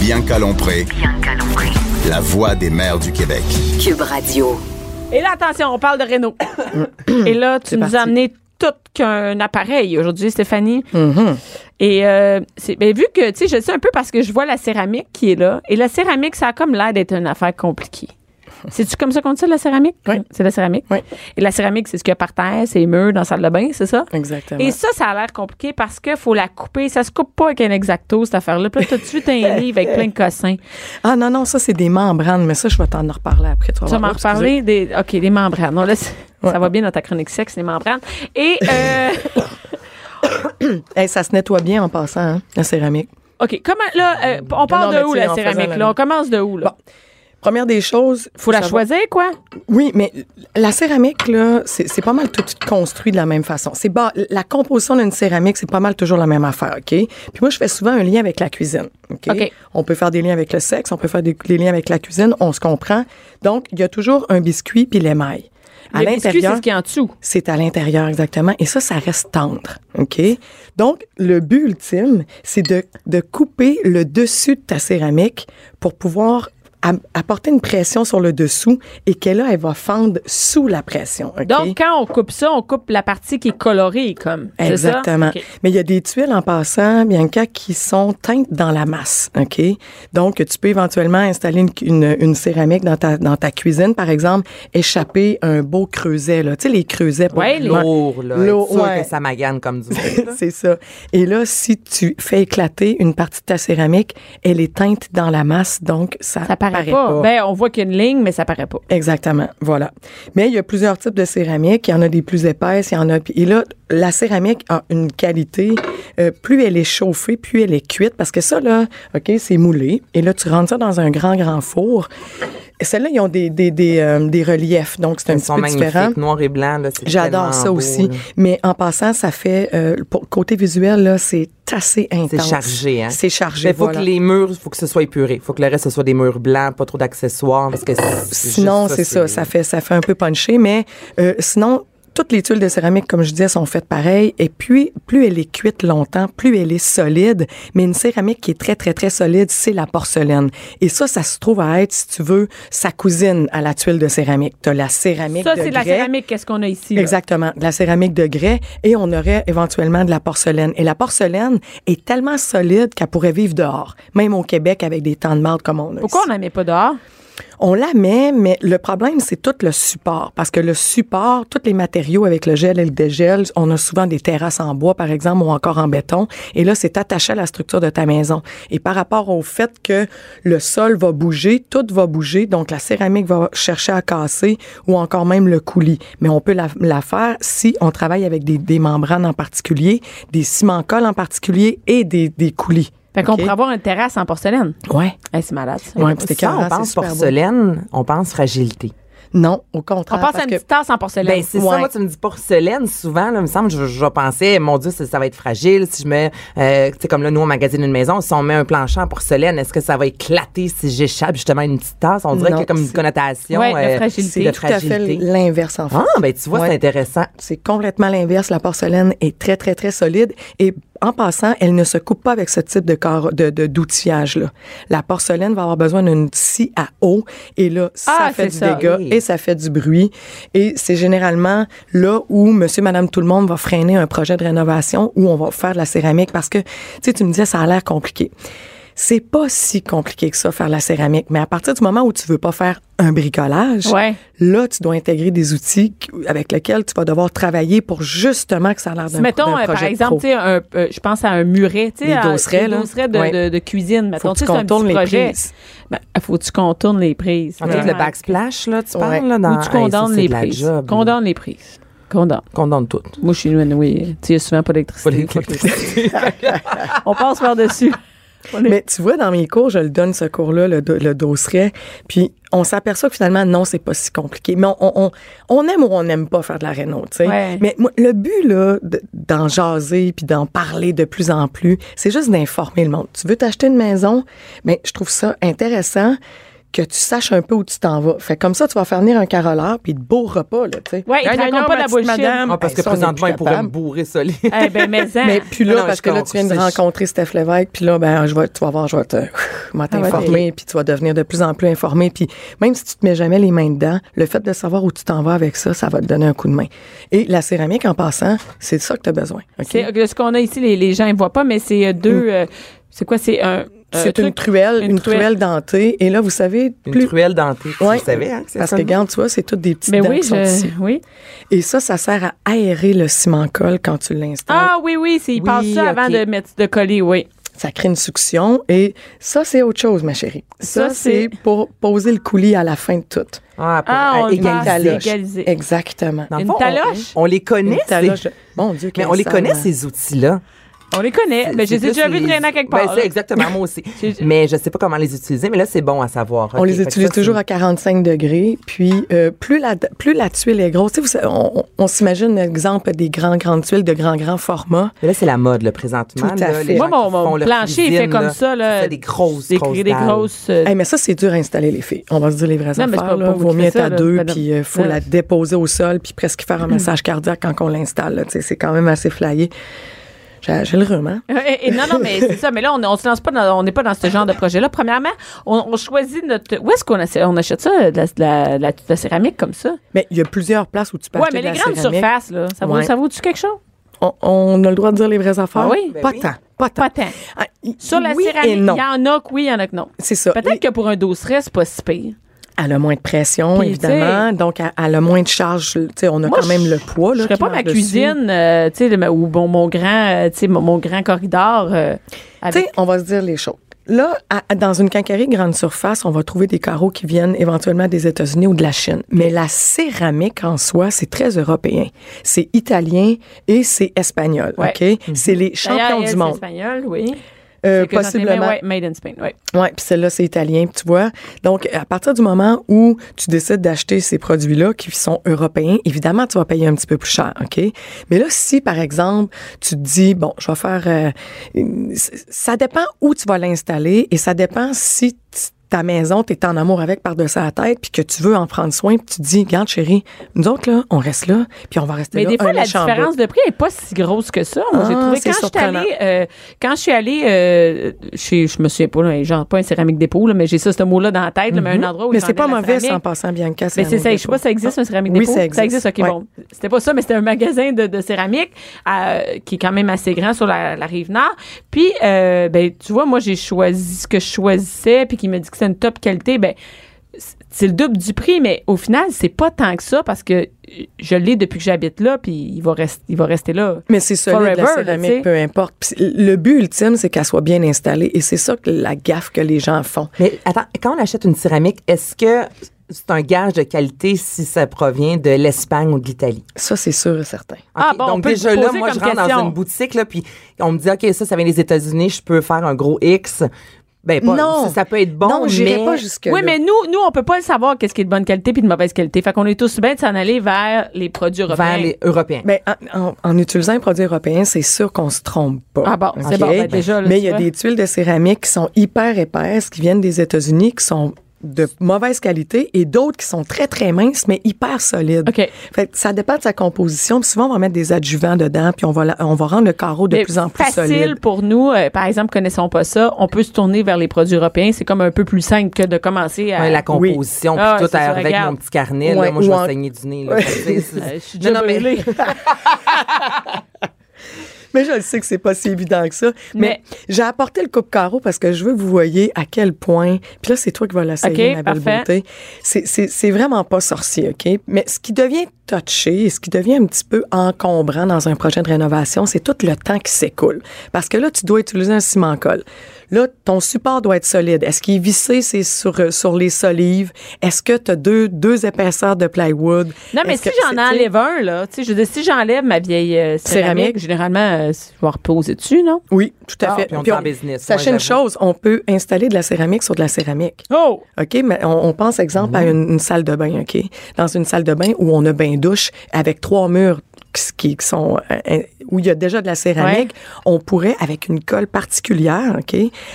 B: Bianca Lompré,
A: Bianca Lompré.
B: la voix des mères du Québec.
A: Cube Radio.
C: Et là, attention, on parle de Renault. Et là, tu nous as amené tout qu'un appareil aujourd'hui, Stéphanie.
D: Mm-hmm.
C: Et euh, c'est- ben, vu que, tu sais, je sais un peu parce que je vois la céramique qui est là. Et la céramique, ça a comme l'air d'être une affaire compliquée. C'est-tu comme ça qu'on dit ça, la céramique?
E: Oui.
C: C'est la céramique?
E: Oui.
C: Et la céramique, c'est ce qu'il y a par terre, c'est les murs dans la salle de bain, c'est ça?
E: Exactement.
C: Et ça, ça a l'air compliqué parce qu'il faut la couper. Ça se coupe pas avec un exacto, cette affaire-là. Puis là, tout de suite, un livre avec plein de cossins.
E: Ah non, non, ça, c'est des membranes, mais ça, je vais t'en reparler après. vas
C: Tu vas
E: voir.
C: m'en
E: Excusez.
C: reparler des. OK, des membranes. Non, là, c'est- ça va bien dans ta chronique sexe, les membranes. Et. euh,
E: Hey, Eh, ça se nettoie bien en passant, hein, la céramique.
C: OK, comment. Là, euh, on
E: Non,
C: part
E: non,
C: de
E: mais
C: où,
E: tu sais,
C: la
E: en faisant
C: céramique?
E: la-
C: Là, on commence de où, là?
E: Bon, Première des choses.
C: Faut la
E: savoir-
C: choisir, quoi?
E: Oui, mais la céramique, là, c'est c'est pas mal tout construit de la même façon. C'est bas- La composition d'une céramique, c'est pas mal toujours la même affaire, OK? Puis moi, je fais souvent un lien avec la cuisine, OK?
C: OK.
E: On peut faire des liens avec le sexe, on peut faire des, des liens avec la cuisine, on se comprend. Donc, il y a toujours un biscuit puis l'émail. À
C: Le biscuit, c'est
E: l'intérieur,
C: ce qui est en dessous.
E: c'est à l'intérieur exactement. Et ça, ça reste tendre, OK? Donc, le but ultime, c'est de, de couper le dessus de ta céramique pour pouvoir am- apporter une pression sur le dessous et qu'elle, là, elle va fendre sous la pression, OK?
C: Donc, quand on coupe ça, on coupe la partie qui est colorée, comme. c'est ça?
E: Exactement.
C: OK.
E: Mais il y a des tuiles en passant, Bianca, qui sont teintes dans la masse, OK? Donc, tu peux éventuellement installer une, une, une céramique dans ta, dans ta cuisine, par exemple, échapper un beau creuset, là. Tu sais, les creusets pour
C: Ouais, les-
D: Lourd, là.
E: Lourd,
D: Être sûr
E: ouais.
D: que ça magane comme du monde. là.
E: C'est ça. Et là, si tu fais éclater une partie de ta céramique, elle est teinte dans la masse, donc ça,
C: Ça paraît, pas. Ben, on voit qu'il y a une ligne, mais ça paraît pas.
E: Exactement, voilà. Mais il y a plusieurs types de céramique. Il y en a des plus épaisses, il y en a. Et là, la céramique a une qualité. euh, plus elle est chauffée, plus elle est cuite, parce que ça, là, OK, c'est moulé. Et là, tu rentres ça dans un grand, grand four. Celles-là, ils ont des, des, des, euh, des reliefs, donc c'est un
D: Ils
E: petit
D: sont
E: peu
D: magnifiques,
E: différent.
D: noir et blanc. là, c'est
E: J'adore
D: tellement
E: ça
D: beau,
E: aussi.
D: là.
E: Mais en passant, ça fait, euh, pour, côté visuel, là, c'est assez
D: C'est
E: intense.
D: chargé, hein?
E: C'est chargé,
D: Mais faut
E: voilà.
D: que les murs, faut que ce soit épuré. Faut que le reste, ce soit des murs blancs, pas trop d'accessoires, parce que c'est- c'est
E: Sinon,
D: juste
E: c'est ça, ça fait, ça fait un peu punché, mais euh, sinon, toutes les tuiles de céramique, comme je disais, sont faites pareil. Et puis, plus elle est cuite longtemps, plus elle est solide. Mais une céramique qui est très, très, très solide, c'est la porcelaine. Et ça, ça se trouve à être, si tu veux, sa cousine à la tuile de céramique. Tu as la céramique
C: Ça,
E: de
C: c'est de la
E: grès.
C: céramique, qu'est-ce qu'on a ici? là.
E: Exactement, de la céramique de grès et on aurait éventuellement de la porcelaine. Et la porcelaine est tellement solide qu'elle pourrait vivre dehors, même au Québec avec des temps de marde comme on a.
C: Pourquoi on
E: ici.
C: la met pas dehors?
E: on la met, mais le problème c'est tout le support parce que le support, tous les matériaux avec le gel et le dégel, on a souvent des terrasses en bois par exemple ou encore en béton et là c'est attaché à la structure de ta maison. Et par rapport au fait que le sol va bouger, tout va bouger, donc la céramique va chercher à casser ou encore même le coulis. Mais on peut la, la faire si on travaille avec des, des membranes en particulier, des ciments colles en particulier et des, des coulis.
C: Fait qu'on
E: OK?
C: pourrait avoir une terrasse en porcelaine.
E: Ouais.
C: Hey, c'est malade. ça.
E: Ouais, puis c'est
D: Ça, on
E: écœurant,
D: pense
E: c'est super beau.
D: porcelaine, on pense fragilité.
E: Non, au
C: On
E: contraire.
C: passe à
E: parce
C: une
E: que-
C: petite tasse en porcelaine.
D: Ben, c'est ça.
E: Ouais.
D: Moi, tu me dis porcelaine, souvent, là, il me semble, je, je pensais, mon Dieu, ça, ça va être fragile. Si je mets, euh, tu sais, comme là, nous, on magasine une maison, si on met un plancher en porcelaine, est-ce que ça va éclater si j'échappe justement une petite tasse? On dirait
E: Non,
D: qu'il y a comme une
E: c'est-
D: connotation. euh,
C: Ouais, de
D: c'est
C: fragilité.
D: de
E: C'est tout à fait
D: fragilité.
E: l'inverse, en fait.
D: Ah, ben, tu vois,
E: Ouais.
D: c'est intéressant.
E: C'est complètement l'inverse. La porcelaine est très, très, très solide. Et en passant, elle ne se coupe pas avec ce type de, corps, de, de- d'outillage-là. La porcelaine va avoir besoin d'une scie à eau. Et là, ça
C: Ah,
E: fait
C: c'est
E: du
C: ça,
E: dégât
D: oui.
E: et ça fait du bruit. Et c'est généralement là où monsieur, madame, tout le monde va freiner un projet de rénovation où on va faire de la céramique parce que, tu sais, tu me disais, ça a l'air compliqué. C'est pas si compliqué que ça, faire de la céramique. Mais à partir du moment où tu veux pas faire un bricolage,
C: Ouais.
E: Là, tu dois intégrer des outils qui- avec lesquels tu vas devoir travailler pour justement que ça a l'air
C: Si,
E: d'un,
C: mettons,
E: d'un
C: euh,
E: projet
C: par
E: de
C: exemple,
E: pro.
C: tu sais, un- euh, je pense à un muret, tu sais,
E: Des
C: à-
E: dosserets,
C: des
E: là.
C: dosserets de,
E: Ouais.
C: de- de cuisine, mettons.
E: Faut
C: Tu
E: que
C: sais,
E: tu
C: c'est un
E: contournes
C: petit
E: les
C: projet.
E: prises.
C: Ben, faut que tu contournes les prises.
D: En fait, le
C: Vraiment.
D: backsplash, là, tu
E: Ouais.
D: parles, là, dans
C: Ou tu condamnes
D: Hey, ça, c'est
C: les
D: de la
C: prises.
D: job.
C: Condamne les prises. Condamne.
D: Condamne tout.
C: Moi, chez nous, oui, tu sais, il y a souvent pas d'électricité. On passe par-dessus. On est-
E: Mais tu vois, dans mes cours, je le donne ce cours-là, le, do- le dosseret, puis on s'aperçoit que finalement, non, c'est pas si compliqué. Mais on, on, on- on aime ou on n'aime pas faire de la réno, tu sais.
C: Ouais.
E: Mais moi, le but, là, de- d'en jaser puis d'en parler de plus en plus, c'est juste d'informer le monde. Tu veux t'acheter une maison, mais je trouve ça intéressant que tu saches un peu où tu t'en vas. Fait comme ça, tu vas faire venir un caroleur puis de beaux repas, là, tu sais.
C: Ouais, il te
E: Hey,
C: raconte
E: non,
C: pas de
E: ma
C: la
E: petite
C: bullshit.
D: Ah, parce
E: Hey,
D: que
E: ça, on est
D: présentement,
E: plus
D: il pourrait me
E: capable.
D: bourrer solide.
C: Eh ben, mais,
E: Mais puis
D: Non,
E: là,
D: non,
E: parce
D: je
E: que là,
D: comprends.
E: tu viens de
D: C'est-
E: rencontrer Steph Lévesque, puis là, ben, je vais, tu vas voir, je vais te-
C: Ah,
E: m'informer, puis tu vas devenir de plus en plus informé. Puis même si tu te mets jamais les mains dedans, le fait de savoir où tu t'en vas avec ça, ça va te donner un coup de main. Et la céramique, en passant, c'est de ça que tu as besoin. OK? Mm.
C: C'est- euh, ce qu'on a ici, les, les gens ne voient pas, mais c'est euh, deux. euh, c'est quoi? C'est un. un
E: C'est
C: truc-
E: une truelle,
C: une
E: une,
C: truelle.
E: truelle. dentée. Et là, vous savez,
D: Une
E: plus...
D: truelle dentée.
E: Ouais.
D: Tu savais, hein, que c'est
E: Parce
D: ça?
E: que, regarde, tu vois, c'est toutes des petites
C: Mais
E: dents
C: Ben oui,
E: qui sont
C: je-
E: ici.
C: oui.
E: Et ça, ça sert à aérer le ciment-colle quand tu l'installes.
C: Ah oui, oui, c'est, ils
D: Oui,
C: passent ça avant
D: ok.
C: de, mettre, de coller, oui.
E: ça crée une succion et ça c'est autre chose ma chérie. Ça,
C: Ça, c'est-
E: c'est pour poser le coulis à la fin de tout.
D: Ah, pour-
C: Ah, on
D: à
C: le
D: égaliser.
C: passe.
E: Taloche.
C: égalisé.
E: Exactement.
D: Dans le
C: Une
D: fond, on-
C: taloche?
D: On, les connaît,
E: Une taloche
D: ces-
E: de- Mon Dieu,
D: Mais
E: quelle
D: on les
E: salle,
D: connaît,
E: hein.
D: ces outils-là.
C: On les connaît. Mais je les ai
D: C'est
C: déjà
D: plus
C: vus
D: les-
C: traîner à quelque
D: Ben,
C: part. là.
D: c'est exactement, moi aussi.
C: J'ai-
D: Mais je sais pas comment les utiliser, mais là, c'est bon à savoir.
E: On
D: OK,
E: les
D: fait que
E: utilise
D: ça, c'est-
E: toujours à 45 degrés. Puis euh, plus la plus la tuile est grosse, tu sais, vous savez, on, on- on s'imagine exemple des grands grandes tuiles de grands grands formats.
D: Mais là, c'est la mode, là, présentement.
E: Tout
D: là,
E: à fait.
D: les
C: Moi,
D: gens
C: mon,
D: qui font
C: mon
D: leur
C: plancher, il fait
D: cuisine,
C: comme
D: là,
C: ça. Là,
D: C'est des grosses,
C: Des-
D: grosses
C: Des
D: dalles.
C: grosses. euh,
E: Eh mais ça c'est dur à installer les filles. On va se dire les vraies
C: Non, mais c'est pas-
E: affaires là.
C: pas vous
E: Vaut
C: qui
E: mieux
C: faites
E: être à
C: ça, là,
E: deux
C: madame.
E: puis euh, faut
C: Non.
E: la déposer au sol puis presque faire un massage cardiaque quand on l'installe. là. Tu sais, C'est quand même assez flyé. J'ai j'ai le hein. rhume.
C: Et, et non, non, mais c'est ça. Mais là, on, on se lance pas dans, on n'est pas dans ce genre de projet-là. Premièrement, on, on choisit notre. Où est-ce qu'on achète, on achète ça, de la, de la- de la- de la céramique comme ça?
E: Mais il y a plusieurs places où tu peux
C: Ouais,
E: acheter
C: mais
E: de
C: les
E: la
C: grandes
E: céramique.
C: surfaces, là, ça vaut-
E: Ouais.
C: ça vaut-tu quelque chose?
E: on, on a le droit de dire les vraies affaires.
C: Ah oui? Ben
E: Pas
D: oui.
E: tant. Pas tant.
C: Pas tant.
E: Ah, y-
C: Sur la
E: oui
C: céramique,
E: et
C: il
E: non.
C: y en a que oui, il y en a que non.
E: C'est ça.
C: Peut-être que pour un dosseret, c'est pas si pire.
E: Elle a moins de pression,
C: Puis,
E: évidemment. Donc, elle, elle a moins de charge. Tu sais, on a
C: Moi,
E: quand même
C: je-
E: le poids.
C: Je
E: Là,
C: ferais
E: qui
C: pas
E: marche
C: ma
E: dessus.
C: cuisine, euh, tu sais, le- ou bon, mon grand, euh, tu sais, mon, mon grand corridor. euh,
E: Tu
C: avec-
E: sais, on va se dire les choses. Là, à- à- dans une quincaillerie grande surface, on va trouver des carreaux qui viennent éventuellement des États-Unis ou de la Chine. Mais la céramique en soi, c'est très européen. C'est italien et c'est espagnol.
C: Ouais. Mhm.
E: OK? C'est les champions
C: D'ailleurs, elle,
E: du
C: c'est
E: monde.
C: espagnol, oui.
E: Euh,
C: C'est que dans tes mains,
E: possiblement.
C: ouais, made in Spain, oui.
E: Oui, puis celle-là, c'est italien, puis tu vois. Donc, à partir du moment où tu décides d'acheter ces produits-là qui sont européens, évidemment, tu vas payer un petit peu plus cher, OK? Mais là, si, par exemple, tu te dis, bon, je vais faire... euh, une- ça dépend où tu vas l'installer et ça dépend si t- ta maison, tu es en amour avec par-dessus la tête, puis que tu veux en prendre soin, puis tu te dis, regarde chérie, nous autres, là, on reste là, puis on va rester
C: Mais
E: là.
C: des fois,
E: un
C: la
E: méchant bout.
C: différence de prix n'est pas si grosse que ça. Moi, j'ai
E: Ah,
C: trouvé
E: c'est
C: quand je suis
E: surprenant.
C: allée, euh, quand je suis allée, euh, chez, je me souviens pas, là, genre pas un céramique dépôt, là, mais j'ai ça, ce mot-là dans la tête, là, mais un endroit où
E: Mm-hmm. Mais
C: ils
E: c'est pas
C: vendaient la
E: mauvais, ça, en
C: céramique.
E: passant, Bianca.
C: Mais c'est ça, je sais
E: dépôt. Ah.
C: pas si ça existe un céramique
E: Oui,
C: dépôt.
E: ça existe.
C: Ça existe, ok,
E: Ouais.
C: bon. C'était pas ça, mais c'était un magasin de, de céramique euh, qui est quand même assez grand sur la, la rive nord. Puis, euh, ben, tu vois, moi, j'ai choisi ce que je choisissais, puis qui me dit que c'est une top qualité. Ben, c'est- c'est le double du prix, mais au final, c'est pas tant que ça parce que euh, je l'ai depuis que j'habite là, puis il va, rester il va rester là.
E: Mais c'est solide, la
C: Forever, là,
E: céramique,
C: tu sais.
E: peu importe. Puis c'est- le but ultime, c'est qu'elle soit bien installée. Et c'est ça que la gaffe que les gens font.
D: Mais attends, quand on achète une céramique, est-ce que c'est un gage de qualité si ça provient de l'Espagne ou de l'Italie?
E: Ça, c'est sûr et certain.
C: Ah,
D: OK,
C: bon, on
D: donc
C: peut
D: déjà
C: poser
D: là, moi, je
C: comme
D: rentre
C: question.
D: dans une boutique, là, puis on me dit, OK, ça, ça vient des États-Unis, je peux faire un gros X. Ben, pas,
E: non.
D: Ça, ça peut être bon,
E: Non, j'irai
D: mais...
E: pas jusque
C: oui, mais nous, nous, on peut pas le savoir qu'est-ce qui est de bonne qualité puis de mauvaise qualité. Fait qu'on est tous bien de s'en aller vers les produits européens.
D: vers les Européens.
E: Ben, en, en- en utilisant un produit européen, c'est sûr qu'on se trompe pas.
C: Ah bon, c'est
E: OK?
C: bon, ben déjà, là,
E: Mais
C: tu
E: il y a
C: vois.
E: des tuiles de céramique qui sont hyper épaisses, qui viennent des États-Unis, qui sont de mauvaise qualité, et d'autres qui sont très, très minces, mais hyper solides.
C: OK.
E: Fait que ça dépend de sa composition. Puis souvent, on va mettre des adjuvants dedans, puis on va, la- on va rendre le carreau de
C: Mais
E: plus en plus
C: facile
E: solide.
C: pour nous. euh, par exemple, connaissons pas ça. On peut se tourner vers les produits européens. C'est comme un peu plus simple que de commencer à.
D: Ouais, la composition,
C: Oui.
D: puis
C: Ah,
D: tout
C: c'est ça,
D: avec
C: regarde.
D: mon petit carnet, là,
E: Ouais,
D: moi, je
E: ou
D: vais
E: en-
D: saigner du nez. Là,
E: Ouais.
D: Fait que, tu sais, c'est-
C: Euh, je suis
D: Non,
C: déjà
D: non, mais-
C: brûlée.
E: Mais je le sais que c'est pas si évident que ça.
C: Mais-
E: Mais, j'ai apporté le coupe carreau parce que je veux que vous voyez à quel point. Puis là, c'est toi qui vas l'essayer,
C: Ok,
E: ma belle
C: parfait.
E: beauté. C'est- C'est c'est vraiment pas sorcier, OK? Mais ce qui devient touché, ce qui devient un petit peu encombrant dans un projet de rénovation, c'est tout le temps qui s'écoule. Parce que là, tu dois utiliser un ciment-colle. Là, ton support doit être solide. Est-ce qu'il est vissé, c'est sur, euh, sur les solives? Est-ce que tu as deux, deux épaisseurs de plywood?
C: Non, mais
E: Est-ce
C: si
E: que
C: j'en
E: c'est- tu sais,
C: enlève un, là, tu sais, je veux dire, si j'enlève ma vieille euh, céramique,
E: Céramique.
C: généralement, euh, je vais reposer dessus, non?
E: Oui, tout à
D: Ah,
E: fait.
D: puis on est en business,
E: Sachez
D: ouais,
E: une
D: j'avoue.
E: chose, on peut installer de la céramique sur de la céramique.
C: Oh!
E: OK, mais on, on pense exemple
D: Mmh.
E: à une, une salle de bain, OK? Dans une salle de bain où on a bain-douche avec trois murs qui, s- qui- qui sont euh, euh, où il y a déjà de la céramique, on pourrait avec une colle particulière, OK,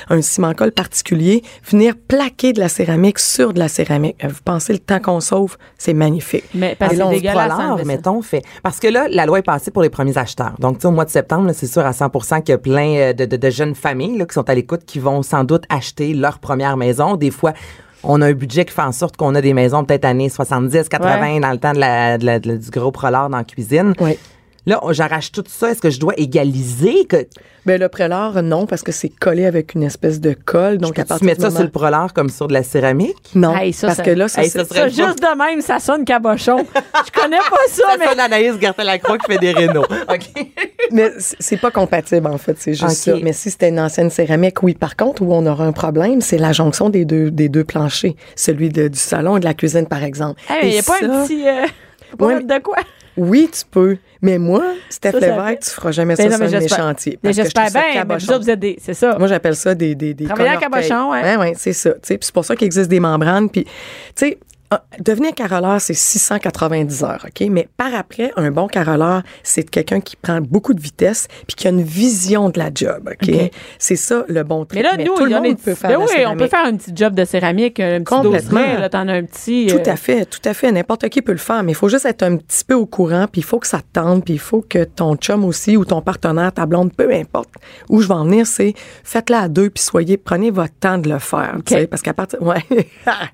E: un ciment colle particulier, venir plaquer de la céramique sur de la céramique. Euh, Vous pensez le temps qu'on sauve, c'est magnifique.
C: Mais parce
D: Et
C: que
D: là,
C: c'est
D: on se
C: dégueulasse.
D: prolonge,
C: hein, mais ça.
D: mettons, fait. Parce que là, la loi est passée pour les premiers acheteurs. Donc, tu sais, au mois de septembre, là, c'est sûr à 100 qu'il y a plein euh, de, de- de jeunes familles là, qui sont à l'écoute, qui vont sans doute acheter leur première maison. Des fois, on a un budget qui fait en sorte qu'on a des maisons peut-être années 70, 80, dans le temps de la- de la- de la- du gros prolard dans la cuisine.
E: Oui.
D: Là, on- j'arrache tout ça. Est-ce que je dois égaliser? Que,
E: Ben le prélard non parce que c'est collé avec une espèce de colle donc à
D: tu
E: partir
D: mets
E: du
D: ça
E: moment-
D: sur le prolard comme sur de la céramique?
E: non
C: Hey, ça,
E: parce
C: ça-
E: que là ça,
D: Hey,
E: c'est-
D: ça
C: Ça,
D: serait
C: juste de même, ça sonne cabochon. je connais pas ça,
D: Ça,
C: mais.
D: c'est Anaïs Gertin-Lacroix qui fait des rénaux. OK.
E: Mais c- c'est pas compatible, en fait, c'est juste
D: Ok.
E: ça. Mais si c'était une ancienne céramique, oui. Par contre, où on aura un problème, c'est la jonction des deux, des deux planchers, celui de- du salon et de la cuisine, par exemple.
C: Hey, il
E: Et
C: n'y a pas
E: ça,
C: un petit. euh, faut pas
E: Ouais,
C: mettre de quoi?
E: Oui, tu peux. Mais moi, Steph
C: Ça, ça-
E: Lévesque, tu feras jamais
C: Ben non, mais
E: ça sur un de mes
C: j'espère-
E: chantiers.
C: Mais
E: parce que je
C: j'espère
E: trouve ça
C: bien, mais vous
E: cabochon.
C: autres, vous êtes des. C'est ça.
E: Moi, j'appelle ça des. des, des
C: Travailler à
E: colorcueils.
C: cabochon, ouais.
E: Ouais, ouais, c'est ça. tu sais. Puis c'est pour ça qu'il existe des membranes. Puis, tu sais, ah, devenir caroleur, c'est 690 heures, OK? Mais par après, un bon caroleur, c'est quelqu'un qui prend beaucoup de vitesse puis qui a une vision de la job, OK? C'est ça, le bon truc.
C: mais là, nous,
E: tout le
C: on
E: monde
C: est.
E: peut faire
C: Ben
E: de la
C: oui, on
E: céramique.
C: peut faire un petit job de céramique, un petit
E: Complètement.
C: dossier, là, t'en as un petit.
E: Tout
C: euh,
E: à fait, tout à fait. N'importe qui peut le faire, mais il faut juste être un petit peu au courant, puis il faut que ça te tente, puis il faut que ton chum aussi ou ton partenaire, ta blonde, peu importe où je vais en venir, c'est faites-la à deux, puis soyez, prenez votre temps de le faire. tu sais, Parce qu'à partir. Ouais.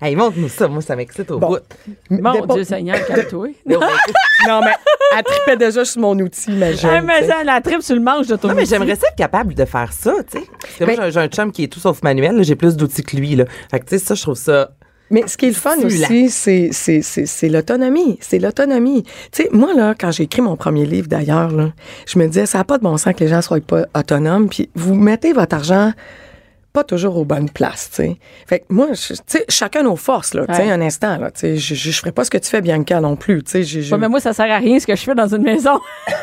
D: Hey, montre-nous ça. Moi, ça m'excite au
E: Bon.
D: bout.
C: Mon
E: Dépo-
C: Dieu Seigneur, calme-toi.
E: non, mais elle tripait déjà sur mon outil, imagine.
C: Hey, mais
E: tu sais.
C: ça, la tripe sur le manche de ton
D: Non, mais
C: outil.
D: j'aimerais ça être capable de faire ça, tu sais. Parce que moi,
E: Ben-
D: j'ai un- j'ai un chum qui est tout sauf manuel, là, j'ai plus d'outils que lui, là. Fait que, tu sais, ça, je trouve ça.
E: Mais ce qui est le fun
D: Stimulant.
E: aussi, c'est, c'est, c'est, c'est l'autonomie. C'est l'autonomie. Tu sais, moi, là, quand j'ai écrit mon premier livre, d'ailleurs, là, je me disais, ça n'a pas de bon sens que les gens soient pas autonomes. Puis vous mettez votre argent pas toujours aux bonnes places, tu sais. Fait que moi, je- tu sais, chacun nos forces, là, tu sais,
C: Ouais.
E: un instant, là, tu sais, je, je, je ferai pas ce que tu fais, Bianca, non plus, tu sais, j'ai... j'ai-
C: Ouais, mais moi, ça sert à rien ce que je fais dans une maison.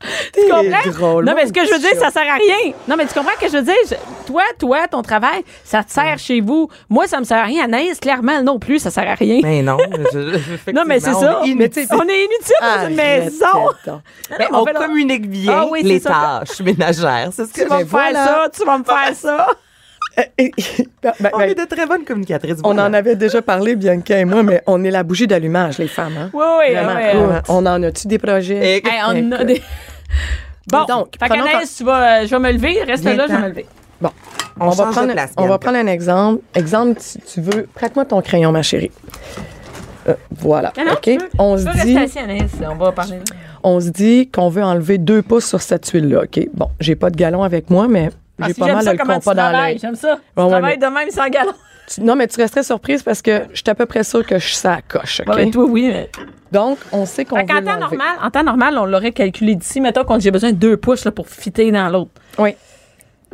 C: tu
E: T'es
C: comprends?
E: drôle,
C: non, mais
E: mon
C: ce que je veux
E: petit
C: dire, ça sert à rien. Non, mais tu comprends ce que je veux dire? Je- toi, toi, ton travail, ça te sert chez vous. Moi, ça me sert à rien. Anaïs, clairement, non plus, ça sert à rien.
D: Mais ben non. je- je-
C: non, mais c'est
D: effectivement,
C: ça.
D: On, est
C: Mais
D: inutile.
C: tu sais, on est inutile dans une
E: Arrête
C: maison.
E: donc.
D: Ben,
C: on
D: on
C: fait-
D: communique bien
C: Ah oui, c'est
D: les
C: ça.
D: tâches ménagères. C'est ce que
C: Tu vas me
D: je
C: faire ça, tu vas me faire ça.
E: Ben, ben,
D: On est de très bonnes communicatrices.
E: on
D: voilà.
E: en avait déjà parlé, Bianca et moi, mais on est la bougie d'allumage, les femmes. Hein?
C: Oui, oui,
E: Vraiment,
C: oui,
E: vraiment. On en a-tu des projets?
D: Et-
C: Hey, on a des- Bon,
E: Donc,
C: fait
E: prenons
C: qu'Anaïs, tu vas, euh, je vais me lever, reste
D: Viens-t'en.
C: là, je vais me lever.
E: Bon,
D: On
E: va,
D: change de
E: prendre,
D: place,
E: on va
D: Bianca.
E: prendre un exemple. Exemple, tu, tu veux. Prête-moi ton crayon, ma chérie. Euh, voilà.
C: Ah non,
E: OK?
C: tu peux-
E: on
C: tu
E: se
C: peux
E: dit.
C: rester assis, Anaïs, on va parler. Ah,
E: on se dit qu'on veut enlever deux pouces sur cette tuile-là. OK? Bon, j'ai pas de galon avec moi, mais
C: Ah,
E: j'ai
C: si,
E: pas
C: j'aime
E: mal
C: ça,
E: le
C: comment tu
E: compas dans
C: travailles,
E: l'œil.
C: J'aime ça. Tu
E: Ouais, ouais,
C: travailles de même sans galon.
E: Tu- Non, mais tu resterais surprise parce que je suis à peu près sûre que je suis ça à coche. OK?
C: Ouais, mais toi, oui. Mais...
E: Donc, on sait qu'on
C: Fait
E: veut.
C: qu'en temps,
E: l'enlever.
C: normal, en temps normal, on l'aurait calculé d'ici. Mettons qu'on j'ai besoin de deux pouces là, pour fitter dans l'autre.
E: Oui.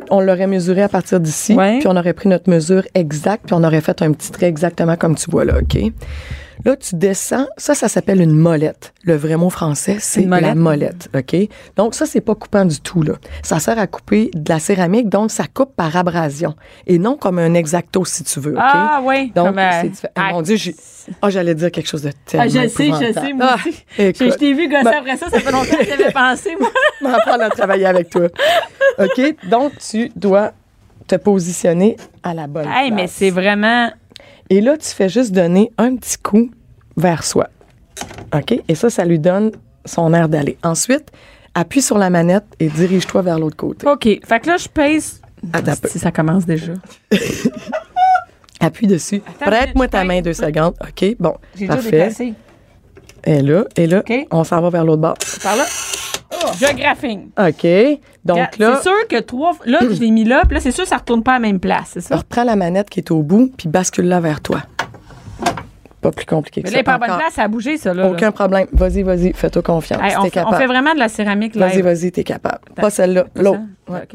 E: On l'aurait mesuré à partir d'ici,
C: Ouais.
E: puis on aurait pris notre mesure exacte, puis on aurait fait un petit trait exactement comme tu vois là, OK? Là, tu descends, ça, ça s'appelle une molette. Le vrai mot français, c'est
C: Une molette.
E: la molette, OK? Donc, ça, c'est pas coupant du tout, là. Ça sert à couper de la céramique, donc ça coupe par abrasion, et non comme un exacto, si tu veux, OK?
C: Ah, oui.
E: Donc,
C: comme, euh,
E: c'est diffé- Ah,
C: ah,
E: mon Dieu, j'ai- ah, j'allais dire quelque chose de tellement
C: Ah, je sais, je sais, moi
E: épouvantable.
C: aussi.
E: Ah,
C: Je, je
E: écoute.
C: t'ai vu gosser
E: Ben-
C: après ça, ça fait longtemps que j'avais pensé, moi.
E: m'en prendre à travailler avec toi. OK? Donc, tu dois te positionner à la bonne
C: Hey, mais
E: place.
C: c'est vraiment.
E: Et là, tu fais juste donner un petit coup vers soi. OK? Et ça, ça lui donne son air d'aller. Ensuite, appuie sur la manette et dirige-toi vers l'autre côté.
C: OK. Fait que là, je pèse.
E: Attends un peu.
C: Si ça commence déjà.
E: Appuie dessus.
C: Attends,
E: Prête-moi
C: je-
E: ta main deux secondes. OK? Bon.
C: J'ai déjà
E: Parfait.
C: déplacé.
E: Et là, et là,
C: OK.
E: on s'en va vers l'autre bord.
C: Par là. Je graphine.
E: OK? Donc là,
C: C'est sûr que trois. Là, je l'ai mis là, puis là, c'est sûr que ça retourne pas à la même place, c'est ça?
E: reprends la manette qui est au bout puis bascule-la vers toi. Pas plus compliqué que
C: Mais
E: ça.
C: là, il est pas en bonne
E: Encore.
C: place, ça a bougé, ça, là. là.
E: Aucun problème. Vas-y, vas-y, fais-toi confiance.
C: Hey, on,
E: t'es
C: fait- on fait
E: capable.
C: vraiment de la céramique là.
E: Vas-y, vas-y, t'es capable. Pas celle-là, l'autre. Ouais.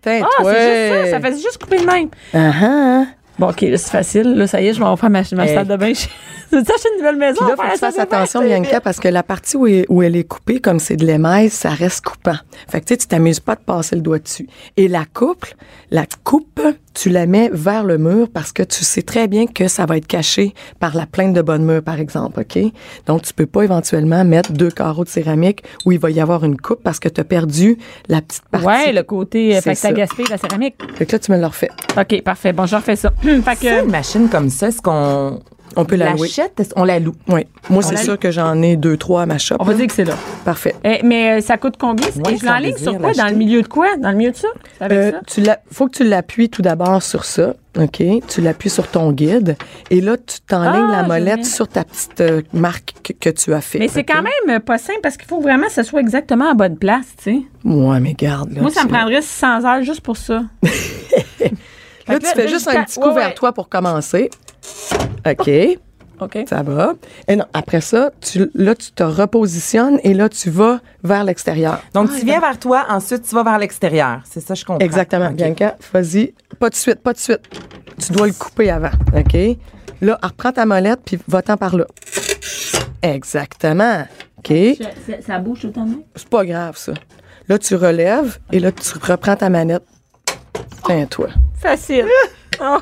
E: Tête,
C: Ah, c'est
E: ouais.
C: juste ça. Ça faisait juste couper de même.
E: Ah, ah.
C: Bon, OK, là, c'est facile. Là, ça y est, je vais en faire ma, ma
E: Hey.
C: salle de bain. Je- Tu veux t'acheter une nouvelle maison?
E: Puis là,
C: On
E: faut
C: va
E: que
C: faire
E: tu fasses
C: ça,
E: attention,
C: c'est bien.
E: Bianca, parce que la partie où, est- où elle est coupée, comme c'est de l'émail, ça reste coupant. Fait que tu sais, tu t'amuses pas de passer le doigt dessus. Et la coupe, la coupe, tu la mets vers le mur parce que tu sais très bien que ça va être caché par la plainte de bonne mur, par exemple, OK? Donc, tu peux pas éventuellement mettre deux carreaux de céramique où il va y avoir une coupe parce que tu as perdu la petite partie.
C: Ouais, le côté. euh,
E: C'est
C: Fait que ça
E: ça.
C: gaspille la céramique.
E: Fait que là, tu me le refais.
C: OK, parfait. Bon, je refais ça. fait
D: Ça,
C: que.
D: une machine comme ça, est-ce qu'on
E: On peut la
C: Ben
E: louer.
D: l'achète? Est-ce- On la loue.
E: Oui.
C: On
E: Moi,
C: Oh.
E: c'est
C: la-
E: sûr que j'en ai deux, trois à ma shop.
C: On va
E: là.
C: dire que c'est là.
E: Parfait.
C: Eh, mais euh, ça coûte combien?
D: Ouais,
C: Et je
D: si on
C: l'enligne
D: désire
C: sur quoi? Dans le
D: l'acheter.
C: milieu de quoi? Dans le milieu de ça? C'est avec
E: Euh,
C: ça?
E: tu la- faut que tu l'appuies tout d'abord sur ça, OK? Tu l'appuies sur ton guide et là, tu t'enlignes
C: Ah,
E: la
C: génial.
E: molette sur ta petite euh, marque que, que tu as fait.
C: Mais c'est
E: OK?
C: quand même euh, pas simple parce qu'il faut vraiment que ça soit exactement à bonne place, tu sais.
E: Ouais, mais garde. Là,
C: Moi, ça
E: tu-
C: me prendrait 600 heures juste pour ça.
E: Là,
C: Fait que
E: tu fais juste un
C: là,
E: petit coup
C: ouais,
E: vers
C: ouais.
E: toi pour commencer. OK,
C: OK.
E: ça va. Et non, après ça, tu, là, tu te repositionnes et là, tu vas vers l'extérieur.
C: Ah,
D: Donc, tu viens vers toi, ensuite, tu vas vers l'extérieur. C'est ça, je comprends.
E: Exactement,
D: OK.
E: Bianca. Vas-y. Pas de suite, pas de suite. Tu dois le couper avant, OK? Là, reprends ta molette, puis va-t'en par là. Exactement. OK?
C: Ça, bouge tout le temps.
E: C'est pas grave, ça. Là, tu relèves, et là, tu reprends ta manette. Tiens-toi.
C: Facile. Ah.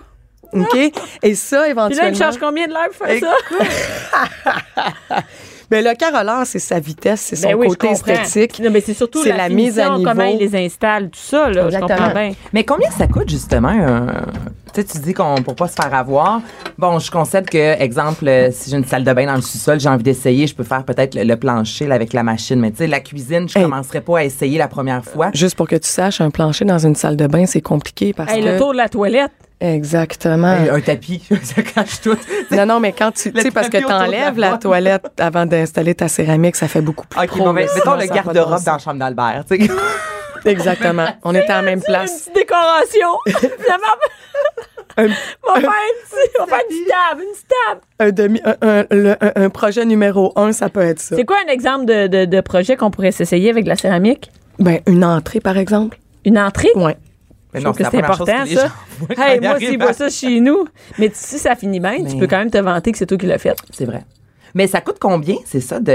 E: OK? Et ça,
C: Puis là, il me
E: éventuellement...
C: charge combien de l'heure pour faire ça?
E: Mais Ben, le caroleur, c'est sa vitesse, c'est son
C: Ben oui, je
E: côté
C: comprends.
E: esthétique.
C: Non, mais c'est surtout
E: c'est
C: la, mise à niveau. comment ils les installent, tout ça, là.
E: Exactement.
C: Je comprends bien.
D: Mais combien ça coûte, justement? un- Tu sais, tu dis qu'on pour pas se faire avoir. Bon, je concède que, exemple, euh, si j'ai une salle de bain dans le sous-sol, j'ai envie d'essayer, je peux faire peut-être le, le plancher là, avec la machine. Mais tu sais, la cuisine, je
E: Hey.
D: commencerai pas à essayer la première fois.
E: Juste pour que tu saches, un plancher dans une salle de bain, c'est compliqué parce
C: Hey,
E: que...
C: le tour de la toilette.
E: Exactement.
D: Un, un tapis, ça cache tout.
E: Non, non, mais quand tu. Tu sais, parce que
D: tapis autour de
E: t'enlèves
D: la
E: la
D: boîte.
E: toilette avant d'installer ta céramique, ça fait beaucoup plus.
D: OK,
E: pro,
D: bon, ben,
E: là,
D: mettons
E: sinon,
D: le
E: ça a pas de
D: garde-robe
E: bon
D: dans la chambre d'Albert. tu sais.
E: sens. Exactement. On était à la même place.
C: Une petite décoration. Finalement, on va faire une petite- on va faire une petite table, une petite table.
E: Un, demi, un, un- le- un- un projet numéro un, ça peut être ça.
C: C'est quoi un exemple de, de- de projet qu'on pourrait s'essayer avec de la céramique?
E: Ben, une entrée, par exemple.
C: Une entrée?
E: Ouais.
D: Mais
C: Je trouve que
D: la
C: c'est
D: première chose
C: important,
D: que les
C: ça.
D: gens voient quand
C: Hey,
D: ils
C: moi,
D: arrivent
C: s'il
D: à-
C: voit ça chez nous. Mais tu- si ça finit bien, tu
D: Mais-
C: peux quand même te vanter que c'est toi qui l'as fait.
D: C'est vrai. Mais ça coûte combien, c'est ça, de.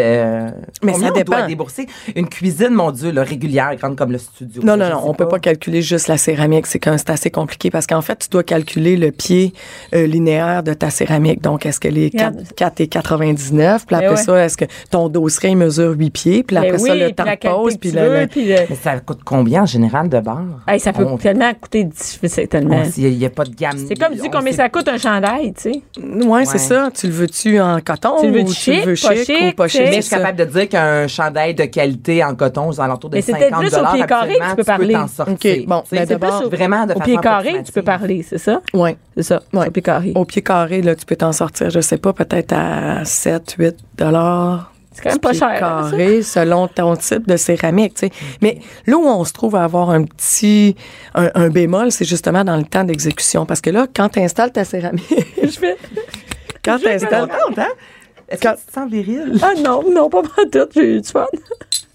E: Mais
D: combien
E: ça
D: on
E: dépend.
D: doit débourser une cuisine, mon Dieu, là, régulière, grande comme le studio.
E: Non,
D: Je
E: non,
D: sais
E: non, on peut pas calculer juste la céramique. C'est quand c'est assez compliqué parce qu'en fait, tu dois calculer le pied euh, linéaire de ta céramique. Donc, est-ce qu'elle est 4,
C: Regarde. Ben
E: et 99? Puis après
C: ouais.
E: ça, est-ce que ton dosseret il mesure 8 pieds? Puis après
C: Ben
E: ça,
C: oui,
E: le
C: puis
E: temps
C: la
E: de pause.
C: qualité
E: Puis
C: que
E: le-
C: tu veux,
E: le-
C: puis le-
D: Mais ça coûte combien en général de bar?
C: Hey, ça peut
D: On-
C: tellement coûter difficile, c'est
D: on-
C: tellement.
D: Il n'y a pas de gamme.
C: C'est comme si
D: on
C: combien
D: sait
C: ça coûte un chandail, tu sais.
E: Ouais, c'est ça. Tu le veux-tu en coton?
C: Tu le veux
E: ou
C: chic,
E: tu le veux
C: pas chic,
E: ou pas
C: tu
E: chic?
C: sais.
D: Mais
E: c'est
D: je suis
E: ça.
D: capable de dire qu'un chandail de qualité en coton aux alentours de
C: Mais
D: 50
C: c'est peut-être juste au pied carré que tu peux
D: absolument,
C: parler.
D: t'en sortir.
E: OK, bon,
D: Tu sais,
E: ben
D: c'est
E: d'abord-
D: plus au- vraiment de
C: Au
D: façon
C: pied carré, tu
D: approximative.
C: peux parler, c'est ça?
E: Ouais.
C: C'est ça,
E: Ouais.
C: au pied carré.
E: Au pied carré, là, tu peux t'en sortir, je sais pas, peut-être à 7, 8 dollars.
C: C'est quand même pas
E: pied
C: cher. hein, ça. Mm-hmm.
E: carré selon ton type de céramique, tu sais. Mais là où on se trouve à avoir un petit un, un bémol, c'est justement dans le temps d'exécution parce que là quand tu installes ta céramique,
C: Je fais,
E: quand tu installes
D: contente, hein? Est-ce
E: Quand-
D: que tu te sens viril?
C: ah non, non, pas pour tout, j'ai eu du fun.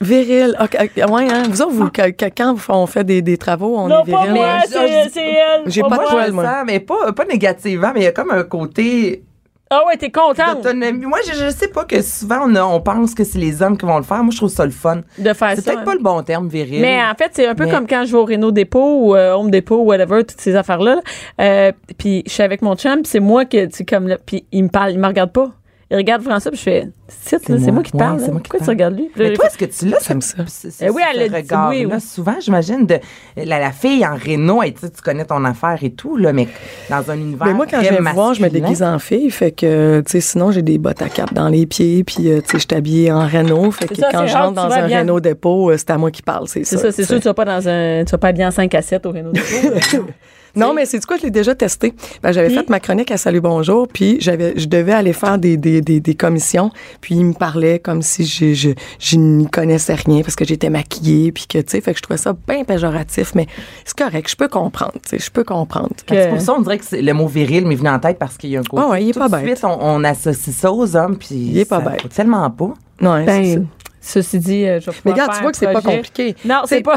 E: viril, ok, ok, ouais hein, vous autres vous que- que- quand on fait des, des travaux, on est
C: Ah. Non, pas
E: viril.
C: moi,
E: hein.
C: c'est c'est elle.
E: J'ai pas de
C: moi.
D: Moi, je
E: poils,
D: le
E: moi.
D: sens, mais pas, pas négativement, mais il y a comme un côté
C: Ah ouais, t'es contente
D: d'autonomie. Moi, je, je sais pas que souvent, on, a- on pense que c'est les hommes qui vont le faire. Moi, je trouve ça le fun.
C: de faire
D: C'est
C: ça. hein.
D: peut-être pas le bon terme, viril.
C: Mais en fait, c'est un peu
D: Mais-
C: comme quand je vais au Renault Dépôt ou euh, Home Depot ou whatever, toutes ces affaires-là. Euh, puis je suis avec mon chum, puis c'est moi qui, tu sais, comme là, puis il me parle, il me regarde pas. Il regarde François, puis je fais, c'est là, c'est
D: moi.
C: moi qui te
D: Ouais,
C: parle.
D: c'est
C: là.
D: moi qui te
C: Pourquoi tu
D: parle.
C: regardes lui? Puis là,
D: Mais
C: j'ai
D: toi,
C: fait,
D: est-ce que tu l'as
E: J'aime
D: ce-
E: ça.
D: ce- ce-
C: Eh oui,
D: ce
C: elle a dit
D: regard-là?
C: oui, oui.
D: Souvent, j'imagine, de la, la fille en réno, elle, tu sais, tu connais ton affaire et tout, là, mais dans un univers.
E: Mais moi, quand je
D: très
E: vais me voir, je me
D: masculin,
E: déguise en fille. Fait que, tu sais, sinon, j'ai des bottes à cap dans les pieds. Puis, euh, tu sais, je suis habillée en Renault. Fait
C: C'est
E: que
C: ça,
E: quand
C: c'est
E: je
C: rare
E: rentre
C: que tu
E: dans
C: vas
E: un
C: bien.
E: Renault dépôt, euh, c'est à moi qui parle. C'est
C: c'est
E: ça.
C: ça, c'est
E: tu
C: sûr,
E: sais.
C: tu vas pas dans un, tu vas pas bien en 5 à 7 au Renault Dépôt.
E: Non, mais c'est du quoi je l'ai déjà testé. Ben, j'avais fait ma chronique à Salut Bonjour, puis j'avais, je devais aller faire des, des, des, des commissions, puis il me parlait comme si je, je, je n'y connaissais rien parce que j'étais maquillée, puis que tu sais, fait que je trouvais ça bien péjoratif, mais c'est correct, je peux comprendre, tu sais, je peux comprendre.
D: C'est pour ça on dirait que c'est- le mot viril m'est venu en tête parce qu'il y a un côté.
E: Ah ouais, il est
D: tout
E: pas
D: de
E: bête.
D: suite, on, on associe ça aux hommes, puis.
E: Il est pas
D: ça
E: bête.
D: coûte Tellement pas.
E: Non, hein, c'est ça.
C: Ben, ceci dit, euh, je vais
E: Mais
C: pouvoir
E: regarde,
C: faire
E: tu vois que
C: un
E: c'est pas
C: projet.
E: compliqué.
C: Non, c'est
E: C'est-
C: pas.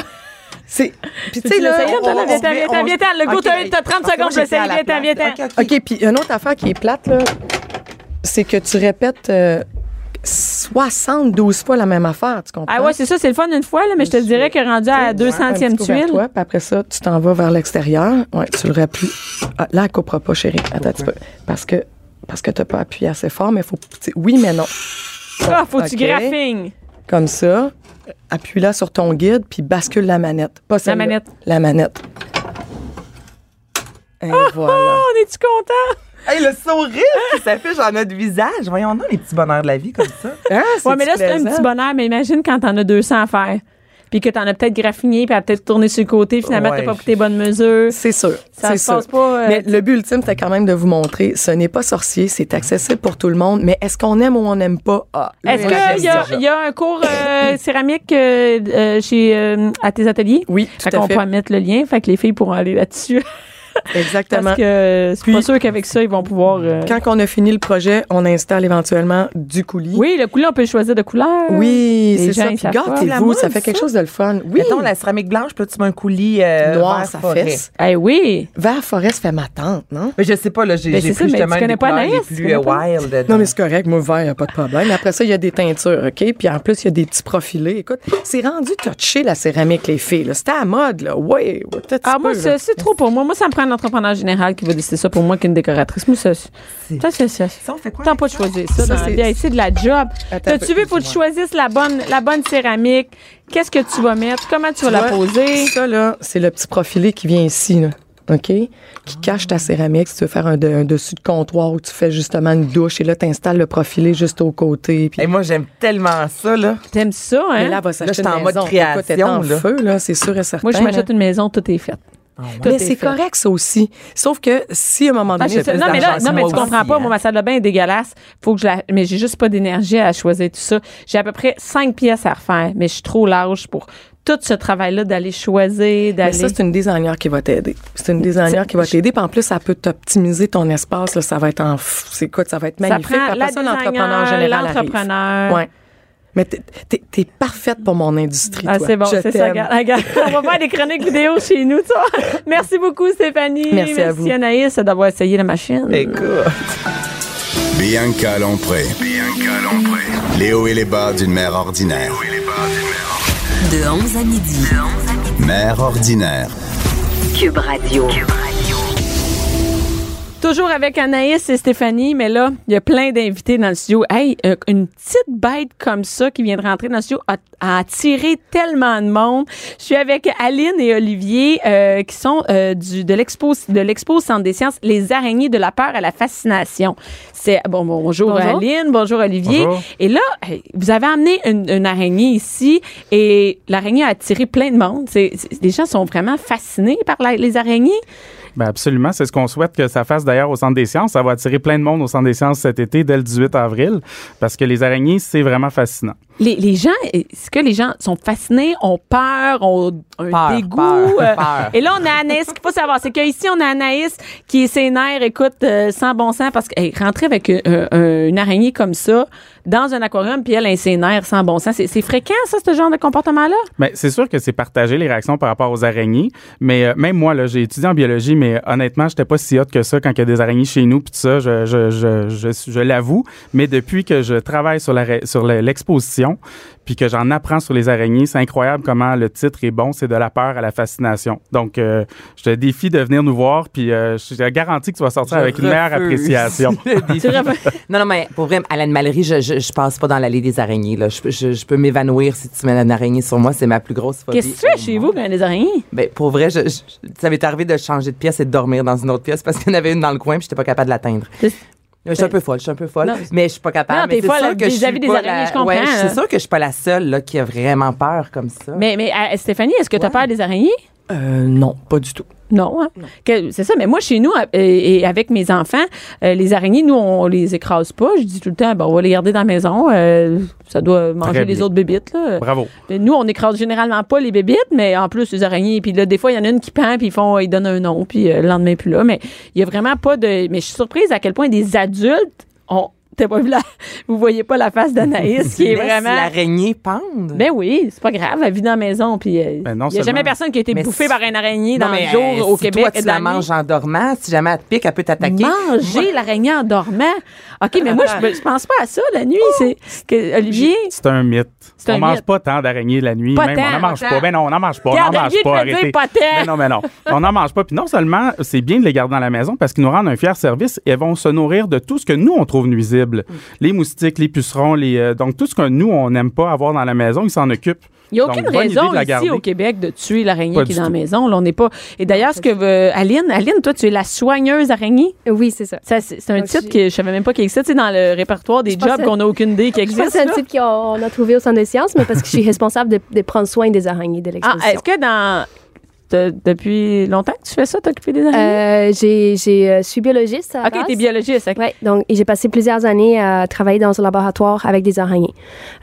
E: C'est, puis tu
C: Tu
E: sais là,
C: l'essayes,
E: on-
C: Antoine,
E: on-
C: viens-t'en, viens-t'en, viens-t'en. Le goût,
D: Ok,
C: t'as- t'as 30
D: parce que moi,
C: secondes pour
D: j'étais à
C: l'essayer,
D: la
C: viens-t'en,
D: place.
C: viens-t'en.
D: Ok, ok.
E: OK, puis une autre affaire qui est plate, là, c'est que tu répètes euh, 72 fois la même affaire, tu comprends?
C: Ah ouais, c'est ça, c'est le fun une fois, là, mais je te dirais que rendu à la
E: Un petit
C: 200e
E: coup vers
C: tuile.
E: toi, puis après ça, tu t'en vas vers l'extérieur. Ouais, tu le appuies. Ah, là, elle coupera pas, chérie. Attends un petit peu. Parce que, parce que t'as pas appuyé assez fort, mais faut. tu sais, Oui, mais non.
C: Ah, faut que tu
E: Ok.
C: graphines.
E: Comme ça, appuie-la sur ton guide, puis bascule la manette. Pas celle-là.
C: manette.
E: La manette. Et voilà.
C: Oh, on est-tu content?
D: Hey, le sourire qui s'affiche en notre visage. Voyons donc les petits bonheurs de la vie comme ça.
E: Hein,
C: Ouais, mais là, c'est un
E: plaisant?
C: petit bonheur, mais imagine quand t'en as 200 à faire. Puis que t'en as peut-être graffiné, puis elle a peut-être tourné sur le côté, finalement,
D: Ouais.
C: t'as pas pris tes bonnes mesures.
E: C'est sûr.
C: Ça
E: c'est
C: se
E: sûr.
C: passe pas, euh,
E: mais le but ultime, c'était quand même de vous montrer, ce n'est pas sorcier, c'est accessible pour tout le monde. Mais est-ce qu'on aime ou on n'aime pas? Ah, là,
C: Est-ce
E: on aime
C: qu'il y, a-
E: déjà.
C: il y a un cours euh, céramique euh, euh, chez, euh, à tes ateliers?
E: Oui, tout
C: Fait
E: à
C: qu'on
E: fait.
C: pourra mettre le lien, fait que les filles pourront aller là-dessus.
E: Exactement.
C: Parce que c'est
E: Puis-
C: pas sûr qu'avec ça, ils vont pouvoir. euh,
E: Quand on a fini le projet, on installe éventuellement du coulis.
C: Oui, le coulis, on peut le choisir de couleur.
E: Oui,
C: Les
E: c'est
C: gens,
E: ça.
C: ils
E: Puis
C: savent pas. La
E: gâtez-vous,
D: mode,
E: ça fait quelque chose de le fun. Oui,
D: Mettons la céramique blanche, peux-tu mets un coulis euh,
E: noir,
D: vert
E: ça
D: forêt.
E: fesse.
C: Eh oui.
E: Vert forêt, ça fait ma tante, non?
D: Mais je sais pas, là, j'ai
C: Ben,
D: j'ai
C: c'est ça,
D: pris
C: mais
D: justement
C: tu
D: une des
C: connais pas
D: couleurs les
C: Anaïs, tu
D: plus
C: connais
D: euh,
C: pas?
D: wild.
E: Non, mais c'est correct, moi, vert, il n'y a pas de problème. Après ça, il y a des teintures, OK? Puis en plus, il y a des petits profilés. Écoute, c'est rendu touché, la céramique, les filles. là. C'était à la mode, là. Oui, ouais, peut-être
C: Ah,
E: tu
C: moi,
E: peux,
C: c'est
E: là.
C: c'est trop pour moi. Moi, ça me prend un entrepreneur général qui va décider ça pour moi qu'une décoratrice. Moi, ça, c'est- ça, c'est ça.
D: Ça, on fait quoi?
C: T'as
D: avec
C: pas de
D: ça?
C: choisir ça,
E: Ça,
C: dans la
E: c'est-
C: vie. Hey, C'est de la job.
E: Attends un
C: T'as-tu
E: peu,
C: vu, faut que tu choisisses la bonne, la bonne céramique. Qu'est-ce que tu vas mettre? Comment tu vas la
E: Ouais.
C: poser?
E: Ça, là, c'est le petit profilé qui vient ici, là. OK? Qui
C: Ah.
E: cache ta céramique. Si tu veux faire un, de- un dessus de comptoir où tu fais justement une douche et là, tu installes le profilé juste au côté. Puis
D: Hey, moi, j'aime tellement ça, là.
C: T'aimes ça, hein?
E: Mais là, elle va s'acheter
D: Là, j'étais
E: une
D: en mode
E: maison. Écoute, elle est en
D: création, là.
E: feu, là, c'est sûr et certain.
C: moi, je m'achète
E: là.
C: une maison, tout est fait. Tout
E: Mais
C: est
E: c'est
C: fait.
E: correct, ça aussi. Sauf que si à un moment
C: Ah,
E: donné...
C: j'ai ça- non, mais là,
D: d'argent,
C: non, mais tu
D: moi
C: comprends
D: aussi,
C: pas.
D: hein.
C: Moi, ma salle de bain est dégueulasse. Faut que je la, mais j'ai juste pas d'énergie à choisir tout ça. J'ai à peu près cinq pièces à refaire, mais je suis trop large pour tout ce travail-là d'aller choisir,
E: mais
C: d'aller.
E: ça, c'est une designer qui va t'aider. C'est une designer qui va t'aider. Puis en plus, ça peut t'optimiser ton espace. Là, ça va être en... f- C'est quoi? Ça va être magnifique.
C: Ça prend
E: Puis
C: la
E: après ça, l'entrepreneur
C: designer,
E: général arrive.
C: l'entrepreneur.
E: Ouais. Mais t'es- t'es t'es parfaite pour mon industrie,
C: Ah,
E: toi.
C: c'est bon,
E: Je
C: c'est ça.
E: t'aime.
C: Regarde, regarde. on va faire des chroniques vidéo chez nous, toi. Merci beaucoup, Stéphanie.
E: Merci à vous.
C: Anaïs d'avoir essayé la machine.
D: Écoute.
B: BD, Bianca Lompré. Les hauts et les bas d'une mère ordinaire.
A: De 11 à midi.
B: Mère ordinaire.
A: Cube Radio.
C: Toujours avec Anaïs et Stéphanie, mais là, il y a plein d'invités dans le studio. Hey, euh, une petite bête comme ça qui vient de rentrer dans le studio a, a attiré tellement de monde. Je suis avec Aline et Olivier euh, qui sont euh, du, de l'expo de l'expo Centre des sciences Les araignées de la peur à la fascination. C'est bon, bon, bonjour,
F: Bonjour.
C: Aline, bonjour Olivier.
G: Bonjour.
C: Et là, hey, vous avez amené une, une araignée ici et l'araignée a attiré plein de monde. C'est- c'est- les gens sont vraiment fascinés par la- les araignées.
G: Ben absolument, c'est ce qu'on souhaite que ça fasse d'ailleurs au Centre des sciences. Ça va attirer plein de monde au Centre des sciences cet été dès le 18 avril parce que les araignées, c'est vraiment fascinant.
C: Les, les gens, est-ce que les gens sont fascinés, ont peur, ont un
D: Peur,
C: dégoût?
D: peur,
C: euh,
D: peur.
C: Et là, on a Anaïs, ce qu'il faut savoir, c'est qu'ici, on a Anaïs qui est sénère, écoute, euh, sans bon sens, parce qu'elle rentrer avec euh, euh, une araignée comme ça dans un aquarium, puis elle, est sénère, sans bon sens. C'est- C'est fréquent, ça, ce genre de comportement-là?
G: Ben, c'est sûr que c'est partagé les réactions par rapport aux araignées, mais euh, même moi là, j'ai étudié en biologie, mais euh, honnêtement, j'étais pas si hot que ça quand il y a des araignées chez nous puis tout ça, je je je je, je l'avoue, mais depuis que je travaille sur la ra- sur le- l'exposition puis que j'en apprends sur les araignées, c'est incroyable comment le titre est bon, c'est de la peur à la fascination. Donc euh, je te défie de venir nous voir puis euh, je te garantis que tu vas sortir avec une meilleure
D: refuse.
G: appréciation.
C: Tu rêves-
D: non, non, mais pour vrai, à l'animalerie, je, je, je passe pas dans l'allée des araignées. Là. Je, peux- je- je peux m'évanouir si tu mets une araignée sur moi. C'est ma plus grosse phobie.
C: Qu'est-ce que tu fais chez vous, quand il y a des araignées?
D: Ben, pour vrai, je- je- ça m'est arrivé de changer de pièce et de dormir dans une autre pièce parce qu'il y en avait une dans le coin puis j'étais pas capable de l'atteindre.
C: C'est-
D: Je suis un peu folle, je suis un peu folle,
C: Non.
D: mais je suis pas capable.
C: Non,
D: mais
C: t'es
D: c'est
C: folle
D: sûr que je
C: vis-à-vis
D: suis
C: des
D: pas
C: araignées,
D: la-
C: je comprends,
D: ouais,
C: hein.
D: c'est sûr que je suis pas la seule là, qui a vraiment peur comme ça.
C: Mais, mais euh, Stéphanie, est-ce que tu as peur des araignées?
E: Euh, non, pas du tout.
C: Non, hein? Que- c'est ça. Mais moi, chez nous, euh, et et avec mes enfants, euh, les araignées, nous, on les écrase pas. Je dis tout le temps, ben, on va les garder dans la maison. euh, ça doit manger
G: Très
C: les
G: bien.
C: autres bébites. Là.
G: Bravo.
C: Mais Nous, on n'écrase généralement pas les bébites, mais en plus, les araignées. Puis là, des fois, il y en a une qui pend, puis ils font, ils donnent un nom, puis euh, le lendemain, plus là. Mais il y a vraiment pas de. Mais je suis surprise à quel point des adultes ont. T'as pas vu la. Vous voyez pas la face d'Anaïs qui est
D: Laisse
C: vraiment.
D: l'araignée pendre.
C: Ben oui, c'est pas grave, elle vit dans la maison. Puis euh, il
G: Ben non
C: y a jamais
G: seulement-
C: personne qui a été
D: Mais
C: bouffée
D: si-
C: par une araignée
D: Non,
C: dans le
D: mais,
C: jour
D: euh,
C: au
D: si
C: Québec.
D: Toi,
C: et
D: tu
C: dans
D: la
C: la nuit.
D: manges en dormant. Si jamais elle te pique, elle peut t'attaquer.
C: Manger l'araignée en dormant. OK,
D: Ah,
C: mais moi, je, je pense pas à ça la nuit.
D: Oh.
C: C'est que Olivier.
G: C'est un mythe.
C: C'est un
G: on mange
C: mythe.
G: pas tant d'araignées la nuit.
C: Pas
G: même,
C: tant,
G: on n'en mange
C: pas
G: pas.
C: tant.
G: Ben non, on n'en mange pas.
C: Regarde,
G: on n'en mange
C: Olivier
G: pas.
C: te le dit,
G: Arrêtez.
C: pas tant.
G: Ben non, mais non. On n'en mange pas. Puis non seulement c'est bien de les garder dans la maison parce qu'ils nous rendent un fier service et elles vont se nourrir de tout ce que nous on trouve nuisible.
C: Mm.
G: Les moustiques, les pucerons, les euh, donc tout ce que nous on n'aime pas avoir dans la maison, ils s'en occupent.
C: Il n'y a
G: Donc,
C: aucune
G: bonne idée
C: raison
G: de la
C: ici
G: garder.
C: au Québec de tuer l'araignée
G: Pas
C: qui est
G: du
C: dans la
G: tout.
C: maison. Là, on n'est pas. Et d'ailleurs, ce que veut Aline, Aline, toi, tu es la soigneuse araignée.
F: Oui, c'est ça.
C: Ça, c'est c'est un
F: Donc,
C: titre
F: j'ai-
C: que je savais même pas qu'il existe. C'est dans le répertoire des
F: Je pensais-
C: jobs qu'on n'a aucune idée qui
F: Je pense que
C: existe.
F: c'est le
C: là.
F: titre qu'on a trouvé au Centre des sciences, mais parce que je suis responsable de, de prendre soin des araignées de
C: Ah,
F: l'exposition.
C: est-ce que dans. de- depuis longtemps que tu fais ça, t'occuper des araignées?
F: Euh, j'ai, j'ai, euh, je suis biologiste à la
C: OK,
F: base.
C: t'es biologiste. ok.
F: Oui, donc et j'ai passé plusieurs années à travailler dans un laboratoire avec des araignées.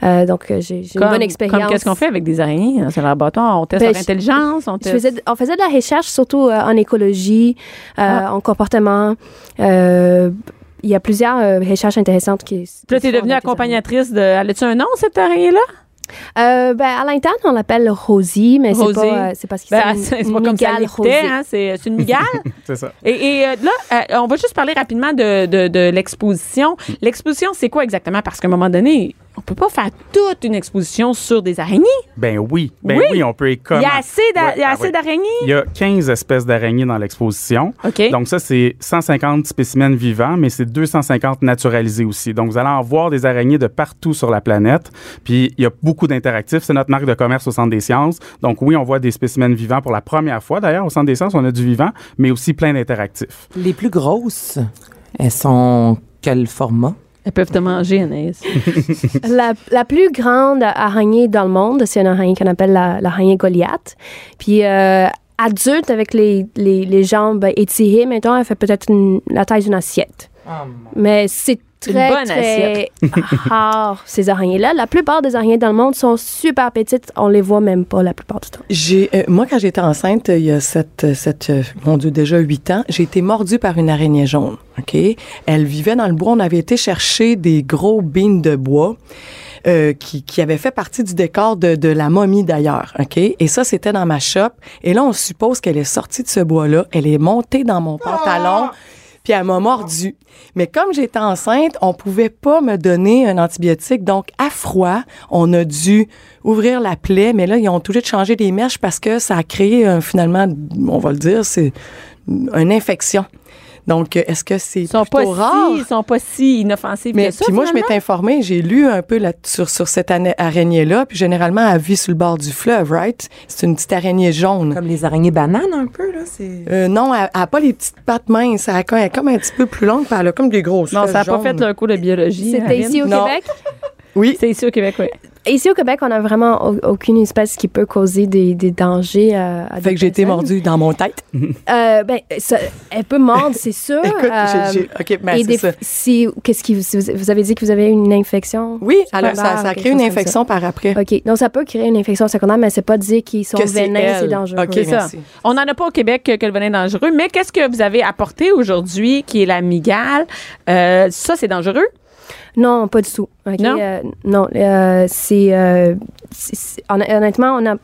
F: Euh, donc, euh, j'ai, j'ai
C: Comme-
F: une bonne expérience.
C: Comme qu'est-ce qu'on fait avec des araignées dans un laboratoire? On teste
F: Ben,
C: leur
F: je-
C: intelligence, on
F: Je
C: teste...
F: faisais de- on faisait de la recherche surtout euh, en écologie, euh,
C: Ah.
F: en comportement. Euh, il y a plusieurs euh, recherches intéressantes qui.
C: Puis là, t'es devenue
F: qui sont avec des araignées.
C: accompagnatrice de... Elle a-tu un nom, cette araignée-là?
F: Euh, ben, à l'interne, on l'appelle Rosie, mais
C: Rosie.
F: c'est pas, euh, c'est parce qu'il
C: Ben,
F: c'est
C: c'est
F: une,
C: c'est
F: une
C: pas comme ça
F: mygale
C: l'écoutait,
F: rosée.
C: hein, c'est c'est une migale.
G: C'est ça.
C: et et, euh, là, euh, on va juste parler rapidement de, de, de l'exposition. L'exposition, c'est quoi exactement? Parce qu'à un moment donné, on peut pas faire toute une exposition sur des araignées.
G: Ben oui. Ben
C: Oui.
G: oui, on peut y
C: Il y a
G: comment-
C: assez d'a-
G: Ouais,
C: il y a
G: ah
C: assez
G: oui.
C: d'araignées.
G: Il y a 15 espèces d'araignées dans l'exposition.
C: OK.
G: Donc ça, c'est 150 spécimens vivants, mais c'est 250 naturalisés aussi. Donc vous allez en voir des araignées de partout sur la planète. Puis il y a beaucoup d'interactifs. C'est notre marque de commerce au Centre des sciences. Donc oui, on voit des spécimens vivants pour la première fois. D'ailleurs, au Centre des sciences, on a du vivant, mais aussi plein d'interactifs.
D: Les plus grosses, elles sont quel format?
C: Elles peuvent te manger, Anaïs.
F: La, la plus grande araignée dans le monde, c'est une araignée qu'on appelle la- l'araignée Goliath. Puis euh, adulte, avec les, les, les jambes étirées, maintenant, elle fait peut-être une- la taille d'une assiette. Mais c'est
C: Oh, Une
F: très,
C: bonne
F: très rare, ces araignées-là. La plupart des araignées dans le monde sont super petites. On les voit même pas la plupart du temps.
E: J'ai, euh, moi, quand j'étais enceinte, il y a sept, euh, sept, euh, mon Dieu, déjà huit ans, j'ai été mordue par une araignée jaune. OK? Elle vivait dans le bois. On avait été chercher des gros bines de bois euh, qui, qui avaient fait partie du décor de, de la momie, d'ailleurs. OK? Et ça, c'était
C: Ah!
E: dans ma shop. Et là, on suppose qu'elle est sortie de ce bois-là. Elle est montée dans mon pantalon. puis elle m'a mordu. Mais comme j'étais enceinte, on pouvait pas me donner un antibiotique. Donc, à froid, on a dû ouvrir la plaie. Mais là, ils ont tout de changer les mèches parce que ça a créé, euh, finalement, on va le dire, c'est une infection. Donc, euh, est-ce que c'est
C: Ils sont pas
E: plutôt rare?
C: si, ils sont pas si inoffensifs
E: Mais
C: que ça.
E: puis moi, je
C: finalement.
E: m'étais informée, j'ai lu un peu là, sur, sur cette ana- araignée-là, puis généralement, elle vit sur le bord du fleuve, right? C'est une petite araignée jaune.
D: Comme les araignées bananes, un peu, là. C'est.
E: Euh, non, elle n'a pas les petites pattes minces, elle a comme- elle est comme un petit peu plus longue, puis elle a comme des grosses
C: Non, ça n'a
E: n'a
C: pas fait leur cours de biologie.
F: C'était
C: Marine.
F: ici au
E: Non.
F: Québec.
E: Oui,
C: C'est ici au Québec, oui.
F: Ici au Québec, on n'a vraiment au- aucune espèce qui peut causer des, des dangers à, à des
E: fait que j'ai été
F: personnes.
E: mordue dans mon tête.
F: Euh, ben, ça- elle peut mordre, c'est sûr.
E: Écoute,
F: euh,
E: j'ai- j'ai- OK, mais
F: et
E: c'est
F: des-
E: ça.
F: si, qu'est-ce qui, si vous, vous avez dit que vous avez une infection?
E: Oui,
F: pas
E: alors ça,
F: grave,
E: ça a
F: quelque
E: créé une
F: chose comme
E: infection par après.
F: OK. Donc, ça peut créer une infection secondaire, mais c'est pas dire qu'ils sont
E: Que c'est
F: vénins, c'est
E: elle.
F: dangereux.
E: OK,
F: C'est ça.
E: merci.
C: On n'en a pas au Québec euh, que le venin dangereux, mais qu'est-ce que vous avez apporté aujourd'hui qui est la migale? Euh, ça, c'est dangereux?
F: Non, pas du tout. OK?
C: Non?
F: Euh, non, euh, c'est, euh, c'est- c'est- honn- Honnêtement, on a.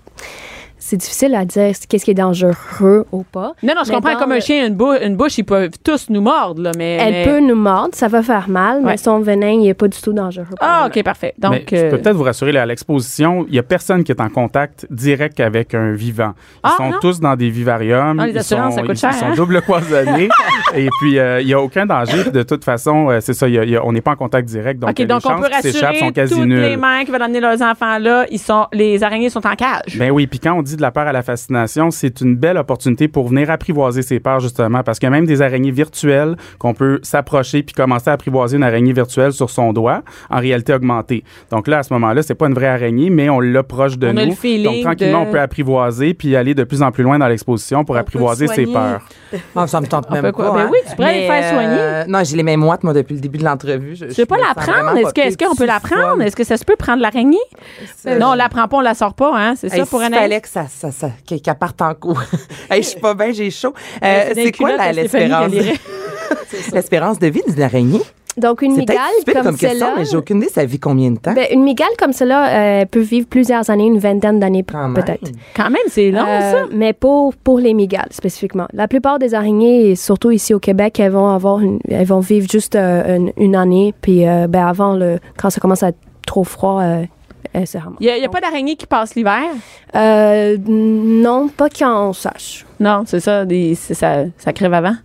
F: C'est difficile à dire c'est- qu'est-ce qui est dangereux ou pas.
C: Non, non, je
F: Mais
C: comprends.
F: dans
C: Comme un
F: le-
C: chien, une, bou- une bouche, ils peuvent tous nous mordre, là, mais.
F: Elle
C: mais-
F: peut nous mordre, ça va faire mal,
C: Ouais.
F: mais son venin, il est pas du tout dangereux. pour
C: Ah,
F: nous.
C: OK, parfait.
G: Mais
C: Donc.
G: je
C: euh,
G: peux peut-être vous rassurer, là, à l'exposition, il n'y a personne qui est en contact direct avec un vivant. Ils
C: Ah,
G: sont
C: non?
G: tous dans des vivariums.
C: Ah, les
G: ils
C: assurances,
G: sont,
C: ça coûte
G: ils-
C: cher,
G: Ils
C: hein?
G: sont double cloisonnés. et puis, euh, il n'y a aucun danger. Puis De toute façon, euh, c'est ça, il y a- il y a- on n'est pas en contact direct. Donc,
C: OK,
G: les
C: donc on
G: chances
C: peut
G: qu'ils s'échappent
C: rassurer
G: sont quasi
C: toutes
G: nulles.
C: les mères qui veulent emmener leurs enfants là, ils sont, les araignées sont en cage.
G: Ben oui, puis quand on dit de la peur à la fascination, c'est une belle opportunité pour venir apprivoiser ses peurs justement, parce que même des araignées virtuelles qu'on peut s'approcher puis commencer à apprivoiser une araignée virtuelle sur son doigt, en réalité augmentée. Donc là, à ce moment-là, c'est pas une vraie araignée, mais on l'approche de
C: On
G: nous.
C: a le feeling
G: Donc tranquillement,
C: de-
G: on peut apprivoiser puis aller de plus en plus loin dans l'exposition pour apprivoiser ses
D: soigner.
G: peurs.
D: Ah, ça me tente
C: peut
D: même
C: quoi?
D: pas.
C: Ben
D: hein.
C: oui, tu pourrais
D: Mais,
C: les faire soigner.
D: euh, non, j'ai les mêmes moites, moi, depuis le début de l'entrevue. Je,
C: Tu veux pas la prendre? Est-ce que- est-ce qu'on peut la prendre? Est-ce que ça se peut prendre l'araignée? Non, on la prend pas, on la sort pas, hein? C'est ça pour
D: un
C: un
D: fallait que ça, ça, ça, qu'elle qu'elle parte en cours. hey, je suis pas bien, j'ai chaud. Euh,
C: c'est
D: c'est quoi
C: d'inculotte
D: la-
C: à Stéphanie
D: l'espérance?
C: qu'elle irait.
D: l'espérance de vie d'une araignée?
F: Donc, une
D: C'est peut-être
F: migale
D: stupide
F: comme,
D: comme, question,
F: celle-là.
D: mais j'ai aucune idée, ça vit combien de temps?
F: Ben, une migale comme cela euh, peut vivre plusieurs années, une vingtaine d'années p-
D: Quand même.
F: peut-être.
C: Quand même, c'est long,
F: Euh,
C: ça.
F: mais pour, pour les migales spécifiquement. La plupart des araignées, et surtout ici au Québec, elles vont, avoir une- elles vont vivre juste euh, une, une année. Puis euh, ben, avant, le, quand ça commence à être trop froid, euh, elles se ramassent.
C: Il n'y a, y a pas d'araignée qui passe l'hiver?
F: Euh, non, pas quand on sache.
C: Non, c'est ça, des, c'est ça, ça crève avant.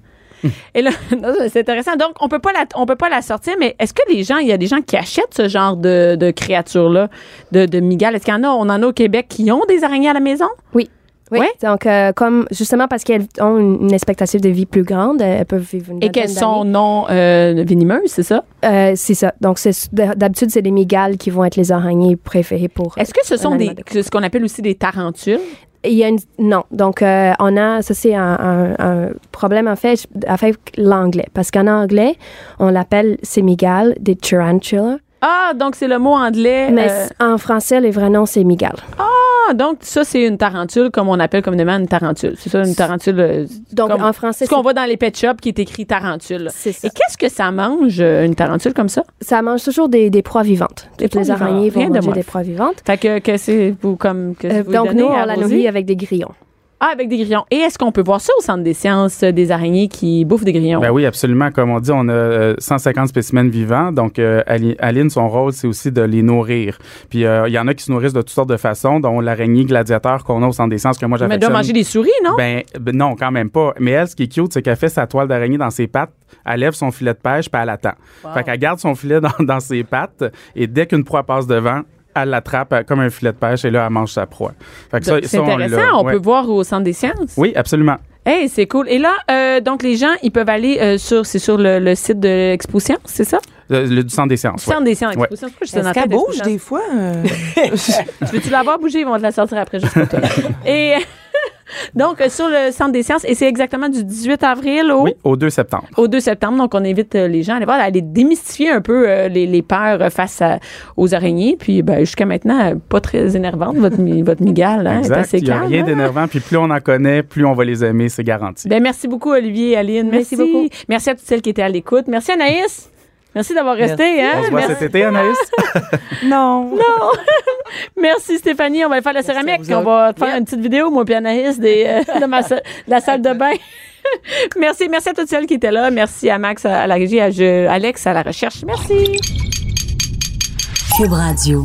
C: Et là, non, c'est intéressant. Donc, on peut pas la, on peut pas la sortir, mais est-ce que les gens, il y a des gens qui achètent ce genre de, de créatures-là, de, de migales? Est-ce qu'il y en a, on en a au Québec qui ont des araignées à la maison?
F: Oui.
C: Ouais.
F: Donc, euh, comme justement parce qu'elles ont une, une expectative de vie plus grande, elles peuvent vivre une
C: Et
F: vingtaine
C: qu'elles sont
F: d'années.
C: non euh, venimeuses, c'est ça?
F: Euh, c'est ça. Donc, c'est- d'habitude, c'est les migales qui vont être les araignées préférées pour.
C: Est-ce que ce sont
F: Un
C: des,
F: animal de
C: que- ce qu'on appelle aussi des tarentules?
F: Il y a une- non. Donc, euh, on a, ça c'est un, un- un problème en fait avec l'anglais. Parce qu'en anglais, on l'appelle sémigale des tarantulas.
C: Ah, donc c'est le mot anglais.
F: Mais
C: euh,
F: en français, les vrais noms, c'est migale.
C: ah, donc ça, c'est une tarentule, comme on appelle communément une tarentule. C'est ça, une tarentule. euh,
F: Donc,
C: comme-
F: en français,
C: ce qu'on voit dans les pet shops qui est écrit tarentule.
F: c'est ça.
C: Et qu'est-ce que ça mange, euh, une tarentule comme ça?
F: Ça mange toujours des, des proies vivantes.
C: Des
F: Toutes les
C: proies vivantes.
F: araignées vont
C: Rien de
F: manger
C: moins.
F: des proies vivantes.
C: Fait que, que c'est vous comme. Que
F: Euh,
C: vous
F: donc,
C: donnez
F: nous, on
C: à
F: la
C: Rosie?
F: nourrit avec des grillons.
C: Ah, avec des grillons. Et est-ce qu'on peut voir ça au Centre des sciences, euh, des araignées qui bouffent des grillons?
G: Ben oui, absolument. Comme on dit, on a euh, 150 spécimens vivants. Donc, euh, Ali- Aline, son rôle, c'est aussi de les nourrir. Puis, euh, il y en a qui se nourrissent de toutes sortes de façons, dont l'araignée gladiateur qu'on a au centre des sciences, que moi,
C: Mais elle doit
G: j'affectionne.
C: manger des souris, non?
G: Ben, ben non, quand même pas. Mais elle, ce qui est cute, c'est qu'elle fait sa toile d'araignée dans ses pattes, elle lève son filet de pêche, puis elle attend. Fait qu'elle garde son filet dans, dans ses pattes, et dès qu'une proie passe devant, elle l'attrape euh, comme un filet de pêche, et là, elle mange sa proie. Fait que ça,
C: c'est
G: ça, on
C: intéressant.
G: l'a.
C: On,
G: Ouais.
C: peut voir au Centre des sciences.
G: Oui, absolument.
C: Hey, c'est cool. Et là, euh, donc les gens, ils peuvent aller euh, sur, c'est sur le, le site de l'Expo Science, c'est ça?
G: Le, le- du centre des sciences.
C: Du Centre des sciences,
G: Ouais.
C: Expo Science. Pourquoi je suis dans
D: Est-ce
C: la
D: qu'elle
C: tête d'Expo
D: bouge
C: Science?
D: des fois? euh?
C: Tu veux-tu l'avoir bougé? Ils vont te la sortir après, juste pour toi. Et donc, euh, sur le Centre des sciences, et c'est exactement du 18 avril au,
G: Oui, au 2 septembre.
C: au 2 septembre. Donc, on invite euh, les gens à aller voir, à aller démystifier un peu euh, les, les peurs euh, face à- aux araignées. Puis, ben, jusqu'à maintenant, euh, pas très énervante, votre, mi- votre migale. Hein,
G: Exact.
C: est assez
G: Il n'y a
C: calme,
G: rien
C: hein.
G: d'énervant. Puis plus on en connaît, plus on va les aimer, c'est garanti.
C: Ben, merci beaucoup, Olivier et Aline. Merci,
F: Merci beaucoup.
C: Merci à toutes celles qui étaient à l'écoute. Merci, Anaïs. Merci d'avoir resté. Hein?
G: on se voit
C: Merci.
G: cet été, Anaïs.
D: non.
C: Merci, Stéphanie. On va aller faire de la céramique.
D: à vous
C: On
D: autres.
C: va te faire une petite vidéo, moi, puis Anaïs, des, euh, de, ma sa- de la salle de bain. Merci, merci à toutes celles qui étaient là. Merci à Max à la régie, à Je- Alex à la recherche. Merci.
A: Cube Radio.